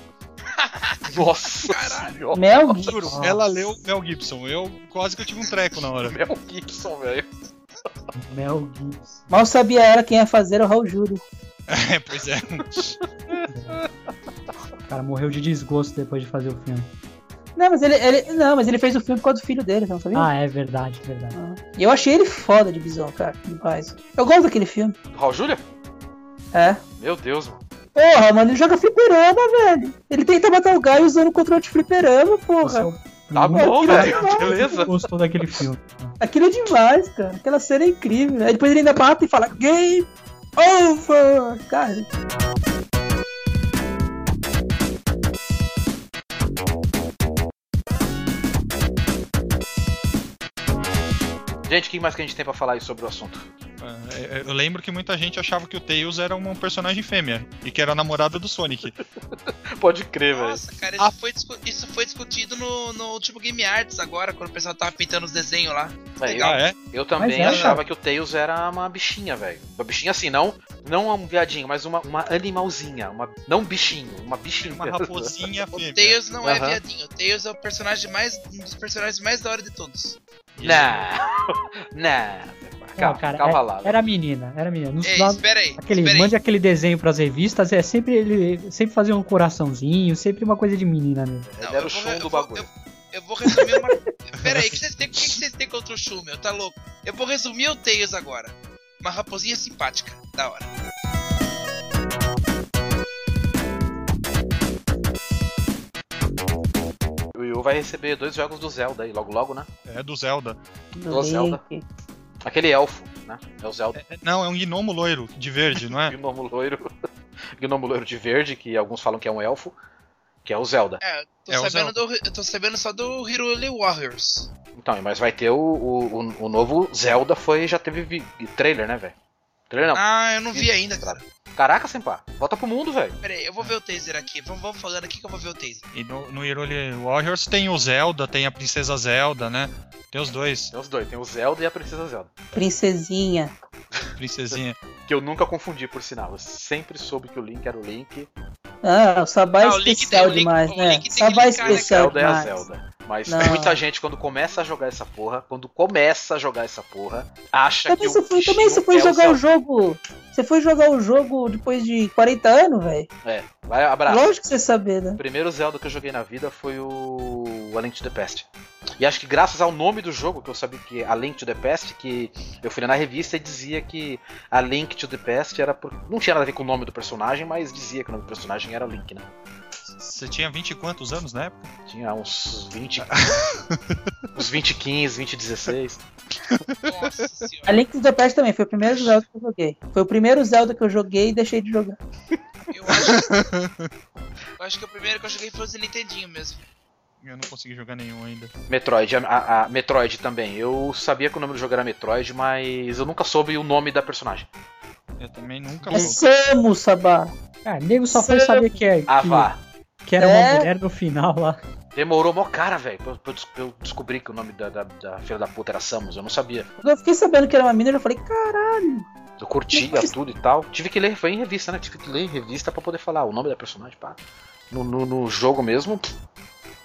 Speaker 1: Nossa senhora.
Speaker 4: Mel Gibson.
Speaker 3: Juro, ela leu Mel Gibson. Eu quase que eu tive um treco na hora.
Speaker 1: Mel Gibson, velho.
Speaker 2: Mel Gibson.
Speaker 4: Mal sabia ela quem ia fazer era o Raul Júlio.
Speaker 3: É, pois é.
Speaker 2: O cara morreu de desgosto depois de fazer o filme.
Speaker 4: Não, mas ele, ele- não, mas ele fez o filme por causa do filho dele, você não sabia?
Speaker 2: Ah, é verdade, verdade.
Speaker 4: E eu achei ele foda de Bisão, cara. Demais. Eu gosto daquele filme.
Speaker 1: Raul Júlia?
Speaker 4: É.
Speaker 1: Meu Deus, mano.
Speaker 4: Porra, mano, ele joga fliperama, velho. Ele tenta matar o Gaio usando o controle de fliperama,
Speaker 2: Você é
Speaker 4: porra.
Speaker 2: o-
Speaker 1: Tá
Speaker 2: Nunca
Speaker 1: bom,
Speaker 4: que
Speaker 1: velho.
Speaker 4: legal.
Speaker 1: Beleza.
Speaker 2: Gostou daquele filme.
Speaker 4: Aquilo é demais, cara. Aquela cena é incrível. Aí depois ele ainda mata e fala Game Over! Cara,
Speaker 1: Gente, o que mais que a gente tem pra falar aí sobre o assunto?
Speaker 3: É, é, Eu lembro que muita gente achava que o Tails era um personagem fêmea e que era a namorada do Sonic.
Speaker 1: Pode crer, velho.
Speaker 5: Nossa, cara, isso, foi, discu- isso foi discutido no, no último Game Arts agora, quando o pessoal tava pintando os desenhos lá.
Speaker 1: Aí,
Speaker 5: legal.
Speaker 3: Ah, é?
Speaker 1: Eu também
Speaker 2: Mas é,
Speaker 1: achava que o Tails era uma bichinha, velho. Uma bichinha assim, não, não um viadinho, mas uma, uma animalzinha. Uma, não bichinho, uma bichinha.
Speaker 3: Uma raposinha
Speaker 5: O
Speaker 3: fêmea.
Speaker 5: Tails não é
Speaker 1: Aham.
Speaker 5: viadinho, o Tails é o
Speaker 3: é,
Speaker 5: personagem mais. um dos personagens mais da hora de todos.
Speaker 1: Não, não. calma,
Speaker 2: cara,
Speaker 1: calma
Speaker 2: é-
Speaker 1: lá. velho.
Speaker 2: Era menina, era menina. Não,
Speaker 1: É
Speaker 5: Ei,
Speaker 2: dá-
Speaker 5: É, espera aí.
Speaker 2: aquele,
Speaker 5: espera aí.
Speaker 2: mande aquele desenho pras revistas, é sempre ele sempre fazia um coraçãozinho, sempre uma coisa de menina mesmo.
Speaker 5: Não,
Speaker 1: Ele era
Speaker 5: eu
Speaker 1: o
Speaker 5: vou-
Speaker 1: chum
Speaker 5: eu
Speaker 1: do
Speaker 5: vou-
Speaker 1: bagulho.
Speaker 5: Eu, eu vou resumir uma. Pera aí, o que vocês têm, o que vocês têm contra o Shun, meu? Tá louco? Eu vou resumir o Tails agora. Uma raposinha simpática, da hora.
Speaker 1: O Wii U vai receber dois jogos do Zelda aí, logo logo, né?
Speaker 3: É do Zelda.
Speaker 1: Do Zelda. Aquele elfo, né? É o Zelda.
Speaker 3: É- Não, é um gnomo loiro, de verde, não é?
Speaker 1: Gnomo loiro. Gnomo loiro de verde, que alguns falam que é um elfo, que é o Zelda.
Speaker 5: É, tô,
Speaker 3: É, o
Speaker 5: sabendo do, eu tô sabendo só do Hiruli Warriors.
Speaker 1: Então, mas vai ter o, o, o- o novo Zelda, foi já teve vi- trailer, né, velho? Trailer não.
Speaker 5: Ah, eu não vi
Speaker 1: Isso,
Speaker 5: ainda, cara.
Speaker 1: Caraca, Senpá, volta pro mundo, velho.
Speaker 5: Pera aí, eu vou ver o taser aqui. Vamos, vamos falando aqui que eu vou ver o taser.
Speaker 3: E no, no Hyrule Warriors tem o Zelda, tem a Princesa Zelda, né? Tem os dois,
Speaker 1: Tem os dois, tem o Zelda e a Princesa Zelda.
Speaker 4: Princesinha.
Speaker 3: princesinha.
Speaker 1: Que eu nunca confundi, por sinal. Eu sempre soube que o Link era o Link,
Speaker 4: Ah, o Sabá é
Speaker 5: Ah, o Link
Speaker 4: especial
Speaker 5: tem- o Link-
Speaker 4: demais,
Speaker 5: o
Speaker 4: né?
Speaker 5: Link tem
Speaker 4: Sabá é
Speaker 5: que clicar, né,
Speaker 4: especial
Speaker 1: Zelda é a
Speaker 4: demais.
Speaker 1: Zelda. Mas
Speaker 4: Não.
Speaker 1: muita gente, quando começa a jogar essa porra, quando começa a jogar essa porra, acha
Speaker 4: Também
Speaker 1: que
Speaker 4: você
Speaker 1: o
Speaker 4: foi, também
Speaker 1: bichinho
Speaker 4: você foi
Speaker 1: é
Speaker 4: jogar o
Speaker 1: Zelda.
Speaker 4: jogo. Você foi jogar o jogo depois de 40 anos, velho?
Speaker 1: É, vai abraço.
Speaker 4: Lógico que você sabia, né?
Speaker 1: O primeiro Zelda que eu joguei na vida foi o A Link to the Past. E acho que graças ao nome do jogo, que eu sabia que é A Link to the Past, que eu fui lá na revista e dizia que A Link to the Past era por... não tinha nada a ver com o nome do personagem, mas dizia que o nome do personagem era Link, né?
Speaker 3: Você tinha 20 e quantos anos na época?
Speaker 1: Tinha uns 20, uns 20, 15, 20, 16.
Speaker 5: Nossa
Speaker 4: A
Speaker 5: senhora.
Speaker 4: Link to the Past também foi o primeiro Zelda que eu joguei. Foi o primeiro Zelda que eu joguei e deixei de jogar.
Speaker 5: Eu acho, eu acho que o primeiro que eu joguei foi o Nintendinho mesmo.
Speaker 3: Eu não consegui jogar nenhum ainda.
Speaker 1: Metroid, a- a, a Metroid também. Eu sabia que o nome do jogo era Metroid, mas eu nunca soube o nome da personagem.
Speaker 3: Eu também nunca
Speaker 5: Então,
Speaker 4: É
Speaker 3: vou.
Speaker 4: Samus, Sabá.
Speaker 2: Cara, Ah, nego só foi saber que, é,
Speaker 1: Ah, vá.
Speaker 2: que, que era uma
Speaker 4: É.
Speaker 2: mulher no final lá.
Speaker 1: Demorou mó cara, velho, pra, eu- pra eu des- pra eu descobrir que o nome da, da, da filha da puta era Samus. Eu não sabia.
Speaker 4: Quando eu fiquei sabendo que era uma mina, eu já falei, caralho.
Speaker 1: Eu curtia
Speaker 4: Mas-
Speaker 1: tudo e tal. Tive que ler, foi em revista, né? Tive que ler em revista pra poder falar o nome da personagem, pá. No, no, no jogo mesmo.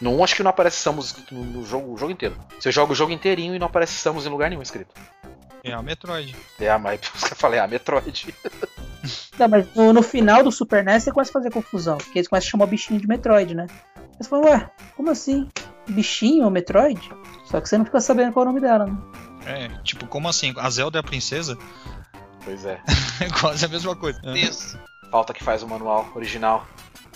Speaker 1: Não, acho que não aparece Samus escrito no, no jogo, o jogo inteiro. Você joga o jogo inteirinho e não aparece Samus em lugar nenhum escrito.
Speaker 3: É a Metroid.
Speaker 1: É a mas eu falei, ah, Metroid.
Speaker 4: Não, mas no, no final do Super NES você começa a fazer confusão. Porque eles começam a chamar o bichinho de Metroid, né? Você fala, ué, como assim? Bichinho ou Metroid? Só que você não fica sabendo qual é o nome dela, né?
Speaker 3: É, tipo, como assim? A Zelda é a princesa?
Speaker 1: Pois é.
Speaker 3: É quase a mesma coisa. É,
Speaker 5: Deus.
Speaker 1: Falta que faz o manual original.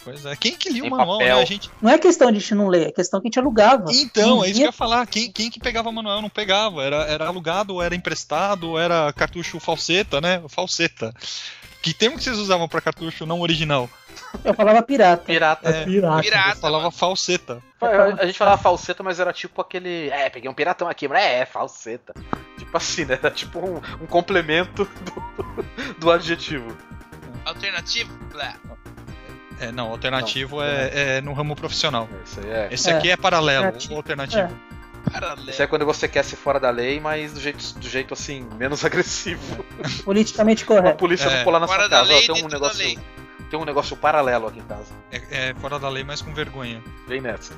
Speaker 3: pois é. Quem que lia o
Speaker 1: Tem
Speaker 3: manual,
Speaker 1: papel.
Speaker 3: né? A gente...
Speaker 4: Não é questão de a gente não ler, é questão que a gente alugava.
Speaker 3: Então, é isso que eu
Speaker 4: Ninguém-
Speaker 3: ia falar. Quem, quem que pegava o manual não pegava. Era, era alugado, ou era emprestado, ou era cartucho falseta, né? Falseta. Que termo que vocês usavam pra cartucho não original?
Speaker 4: Eu falava pirata.
Speaker 1: Pirata.
Speaker 3: É,
Speaker 2: Pirata.
Speaker 3: eu
Speaker 5: Pirata.
Speaker 3: falava
Speaker 5: mano.
Speaker 3: falseta.
Speaker 1: A gente falava falseta, mas era tipo aquele. É, peguei um piratão aqui, mas é, é falseta. Tipo assim, né? Era tipo um, um complemento do, do adjetivo.
Speaker 5: Alternativo? Blá.
Speaker 3: É, não, alternativo é, é no ramo profissional.
Speaker 1: Isso aí é.
Speaker 3: Esse
Speaker 4: É.
Speaker 3: aqui é paralelo,
Speaker 4: Alternativo.
Speaker 3: ou alternativo.
Speaker 5: Paralelo.
Speaker 1: Isso é quando você quer ser fora da lei, mas do jeito, do jeito assim, menos agressivo.
Speaker 4: Politicamente
Speaker 1: A
Speaker 4: correto.
Speaker 1: polícia
Speaker 3: É.
Speaker 1: não pular na
Speaker 5: Fora
Speaker 1: sua
Speaker 5: da
Speaker 1: casa.
Speaker 5: lei,
Speaker 1: Ó, tem um
Speaker 5: dentro da lei.
Speaker 1: negócio. Tem um negócio paralelo aqui em casa.
Speaker 3: É, é fora da lei, mas com vergonha.
Speaker 1: Vem nessa.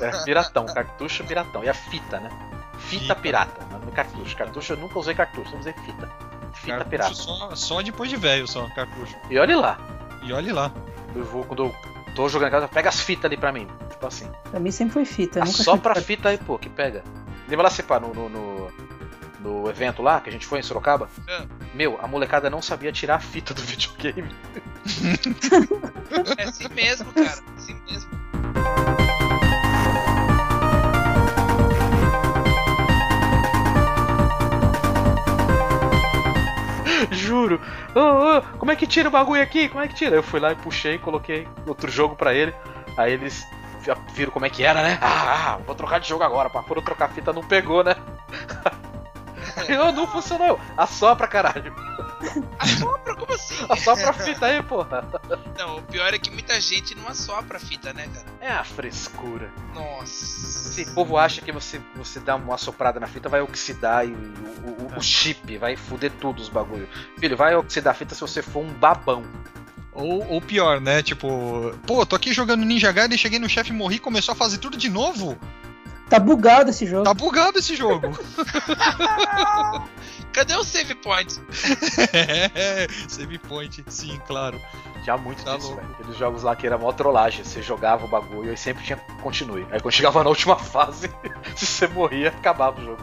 Speaker 1: é, piratão, cartucho piratão. E a fita, né? Fita,
Speaker 3: Fita.
Speaker 1: pirata. né? No cartucho. Cartucho eu nunca usei cartucho, eu usei fita. Fita
Speaker 3: Cartucho
Speaker 1: pirata.
Speaker 3: Só, só depois de velho, só, cartucho.
Speaker 1: E olhe lá.
Speaker 3: E olhe lá.
Speaker 1: Eu vou, quando eu tô jogando em casa, pega as fitas ali pra mim. Tipo assim.
Speaker 4: Pra mim sempre foi fita. né? eu nunca
Speaker 1: só
Speaker 4: fui
Speaker 1: pra
Speaker 4: pirata.
Speaker 1: fita aí, pô, que pega. Lembra lá, Cipá, no, no, no, no evento lá que a gente foi em Sorocaba?
Speaker 5: É.
Speaker 1: Meu, a molecada não sabia tirar a fita do videogame.
Speaker 5: É assim mesmo, cara. é Assim mesmo.
Speaker 1: Juro. Ô, ô, como é que tira o bagulho aqui? Como é que tira? Eu fui lá e puxei, coloquei outro jogo pra ele. Aí eles já viram como é que era, né? Ah, ah, vou trocar de jogo agora. Pra foram trocar a fita, não pegou, né? Aí, "Ô, não funcionou. Assopra, caralho.
Speaker 5: Assopra? Como assim?
Speaker 1: Assopra a fita aí, porra.
Speaker 5: Não, o pior é que muita gente não assopra a fita, né, cara?
Speaker 1: É a frescura.
Speaker 5: Nossa.
Speaker 1: Esse povo acha que você, você dá uma soprada na fita, vai oxidar e o, o- o chip, vai fuder tudo os bagulho. Filho, vai oxidar a fita se você for um babão.
Speaker 3: Ou, ou pior, né? Tipo, pô, tô aqui jogando Ninja Gaiden, cheguei no chefe, morri, começou a fazer tudo de novo?
Speaker 4: Tá bugado esse jogo.
Speaker 3: Tá bugado esse jogo.
Speaker 5: Cadê o save point?
Speaker 3: É, Save point, sim, claro.
Speaker 1: Tinha muito
Speaker 3: Tá
Speaker 1: disso,
Speaker 3: louco.
Speaker 1: velho. Aqueles jogos lá que era mó trollagem. Você jogava o bagulho e sempre tinha continue. Aí quando chegava na última fase, se você morria, acabava o jogo.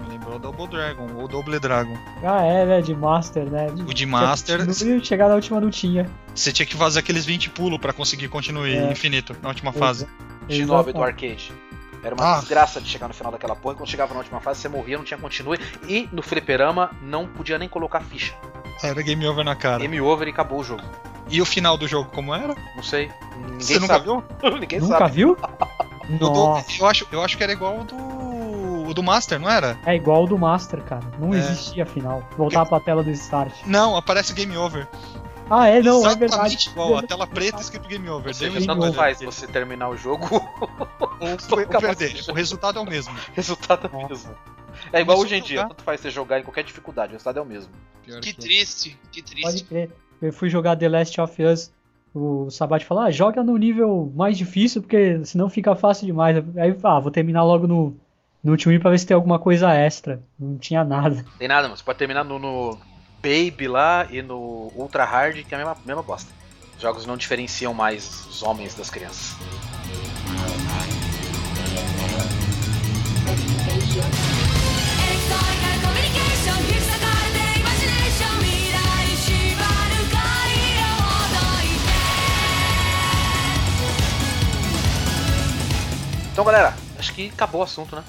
Speaker 3: Me lembrou Double Dragon ou Double Dragon.
Speaker 2: Ah, é, né? De Master, né?
Speaker 3: O de Master,
Speaker 2: Não ia chegar na última lutinha.
Speaker 3: você tinha que fazer aqueles 20 pulos pra conseguir continuar
Speaker 2: É.
Speaker 3: infinito na última fase.
Speaker 1: Shinobi
Speaker 2: Exatamente.
Speaker 1: do arcade. Era uma
Speaker 3: Ah.
Speaker 1: desgraça de chegar no final daquela porra. e Quando chegava na última fase, você morria, não tinha continue. E no fliperama, não podia nem colocar ficha.
Speaker 3: Era game over na cara.
Speaker 1: Game over e acabou o jogo.
Speaker 3: E o final do jogo como era?
Speaker 1: Não sei. Ninguém
Speaker 3: você nunca
Speaker 1: sabe.
Speaker 3: viu?
Speaker 1: Ninguém
Speaker 2: Nunca
Speaker 1: sabe.
Speaker 2: viu?
Speaker 3: O do-
Speaker 2: Nossa,
Speaker 3: eu, acho, eu acho que era igual o do. O do Master, não era?
Speaker 2: é igual o do Master, cara. Não
Speaker 3: É.
Speaker 2: existia final. Voltar pra tela do Start.
Speaker 3: Não, aparece Game Over.
Speaker 2: Ah, é, não, é
Speaker 3: Exatamente
Speaker 2: verdade.
Speaker 3: igual, a tela preta escrito Game Over.
Speaker 1: Ou seja,
Speaker 2: Game
Speaker 3: Game
Speaker 1: tanto
Speaker 2: over.
Speaker 1: faz você terminar o jogo,
Speaker 3: Ou,
Speaker 1: Só
Speaker 3: ou
Speaker 1: nunca mais
Speaker 3: perder.
Speaker 1: assiste.
Speaker 3: O resultado é o mesmo.
Speaker 1: o resultado é o
Speaker 3: Nossa.
Speaker 1: mesmo. É igual
Speaker 3: Mas
Speaker 1: hoje em
Speaker 3: se
Speaker 1: dia,
Speaker 3: jogar-
Speaker 1: tanto faz você jogar em qualquer dificuldade, o resultado é o mesmo.
Speaker 3: Pior
Speaker 5: Que
Speaker 3: que-
Speaker 5: triste, que
Speaker 2: Pode
Speaker 5: triste.
Speaker 2: crer. Eu fui jogar The Last of Us. O Sabat falou: ah, joga no nível mais difícil, porque senão fica fácil demais. Aí, ah, vou terminar logo no, no último nível pra ver se tem alguma coisa extra. Não tinha nada.
Speaker 1: Tem nada, mano. Você pode terminar no, no Baby lá e no Ultra Hard, que é a mesma, mesma bosta. Os jogos não diferenciam mais os homens das crianças. Então, galera, acho que acabou o assunto, né?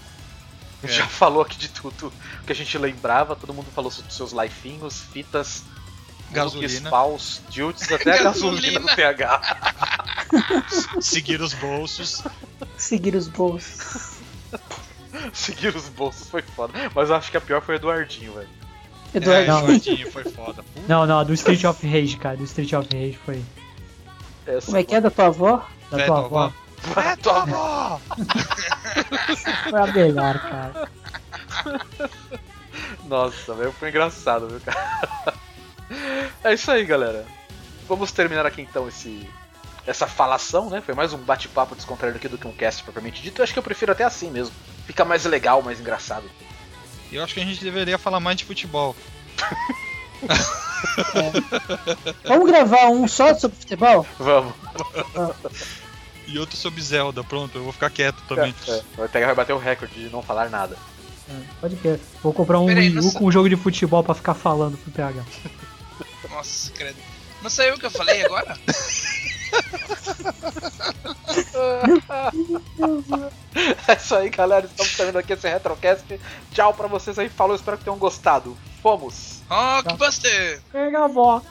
Speaker 1: A gente
Speaker 3: É.
Speaker 1: já falou aqui de tudo que a gente lembrava, todo mundo falou sobre seus lifinhos, fitas,
Speaker 3: Gasolina.
Speaker 1: paus, dilts, até a gasolina do
Speaker 5: Gasolina.
Speaker 1: PH.
Speaker 3: Seguir os bolsos.
Speaker 4: Seguir os bolsos.
Speaker 1: Seguir os bolsos foi foda. Mas eu acho que a pior foi a do Ardinho, velho.
Speaker 4: Eduardo.
Speaker 2: não.
Speaker 3: É, Eduardinho, foi foda. Puta,
Speaker 2: Não, não, a do Street of Rage, cara. Do Street of Rage foi.
Speaker 1: Essa
Speaker 4: Como é que é da tua avó?
Speaker 2: Da
Speaker 3: velho,
Speaker 2: tua
Speaker 3: ó,
Speaker 2: avó.
Speaker 1: É tua avó!
Speaker 2: Foi a melhor, cara.
Speaker 1: Nossa, velho, foi engraçado, viu, cara? É isso aí, galera. Vamos terminar aqui então esse essa falação, né? Foi mais um bate-papo descontraído aqui do que um cast propriamente dito. Eu acho que eu prefiro até assim mesmo. Fica mais legal, mais engraçado.
Speaker 3: Eu acho que a gente deveria falar mais de futebol.
Speaker 4: Vamos gravar um só sobre futebol?
Speaker 1: Vamos.
Speaker 3: E outro sobre Zelda, pronto, eu vou ficar quieto também.
Speaker 1: É, o Ortega vai bater o recorde de não falar nada.
Speaker 2: Pode crer. Vou comprar um
Speaker 5: Pera aí,
Speaker 2: Wii U
Speaker 5: nossa.
Speaker 2: com um jogo de futebol pra ficar falando pro PH.
Speaker 5: Nossa, credo. Não saiu o que eu falei agora?
Speaker 1: É isso aí, galera. Estamos terminando aqui esse Retrocast. Tchau pra vocês aí. Falou, espero que tenham gostado. Fomos!
Speaker 5: Rockbuster!
Speaker 2: Pega a avó.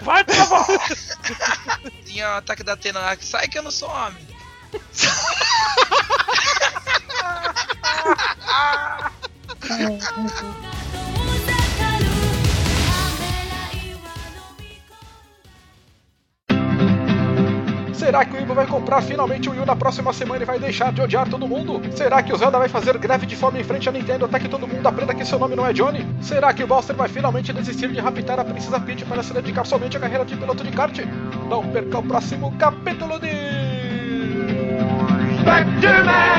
Speaker 1: Vai, tá bom!
Speaker 5: Tinha o ataque da Atena lá, que sai que eu não sou homem.
Speaker 1: Será que o Ibo vai comprar finalmente o Wii U na próxima semana e vai deixar de odiar todo mundo? Será que o Zelda vai fazer greve de fome em frente à Nintendo até que todo mundo aprenda que seu nome não é Johnny? Será que o Bowser vai finalmente desistir de raptar a Princesa Peach para se dedicar somente à carreira de piloto de kart? Não perca o próximo capítulo de... Spectrum!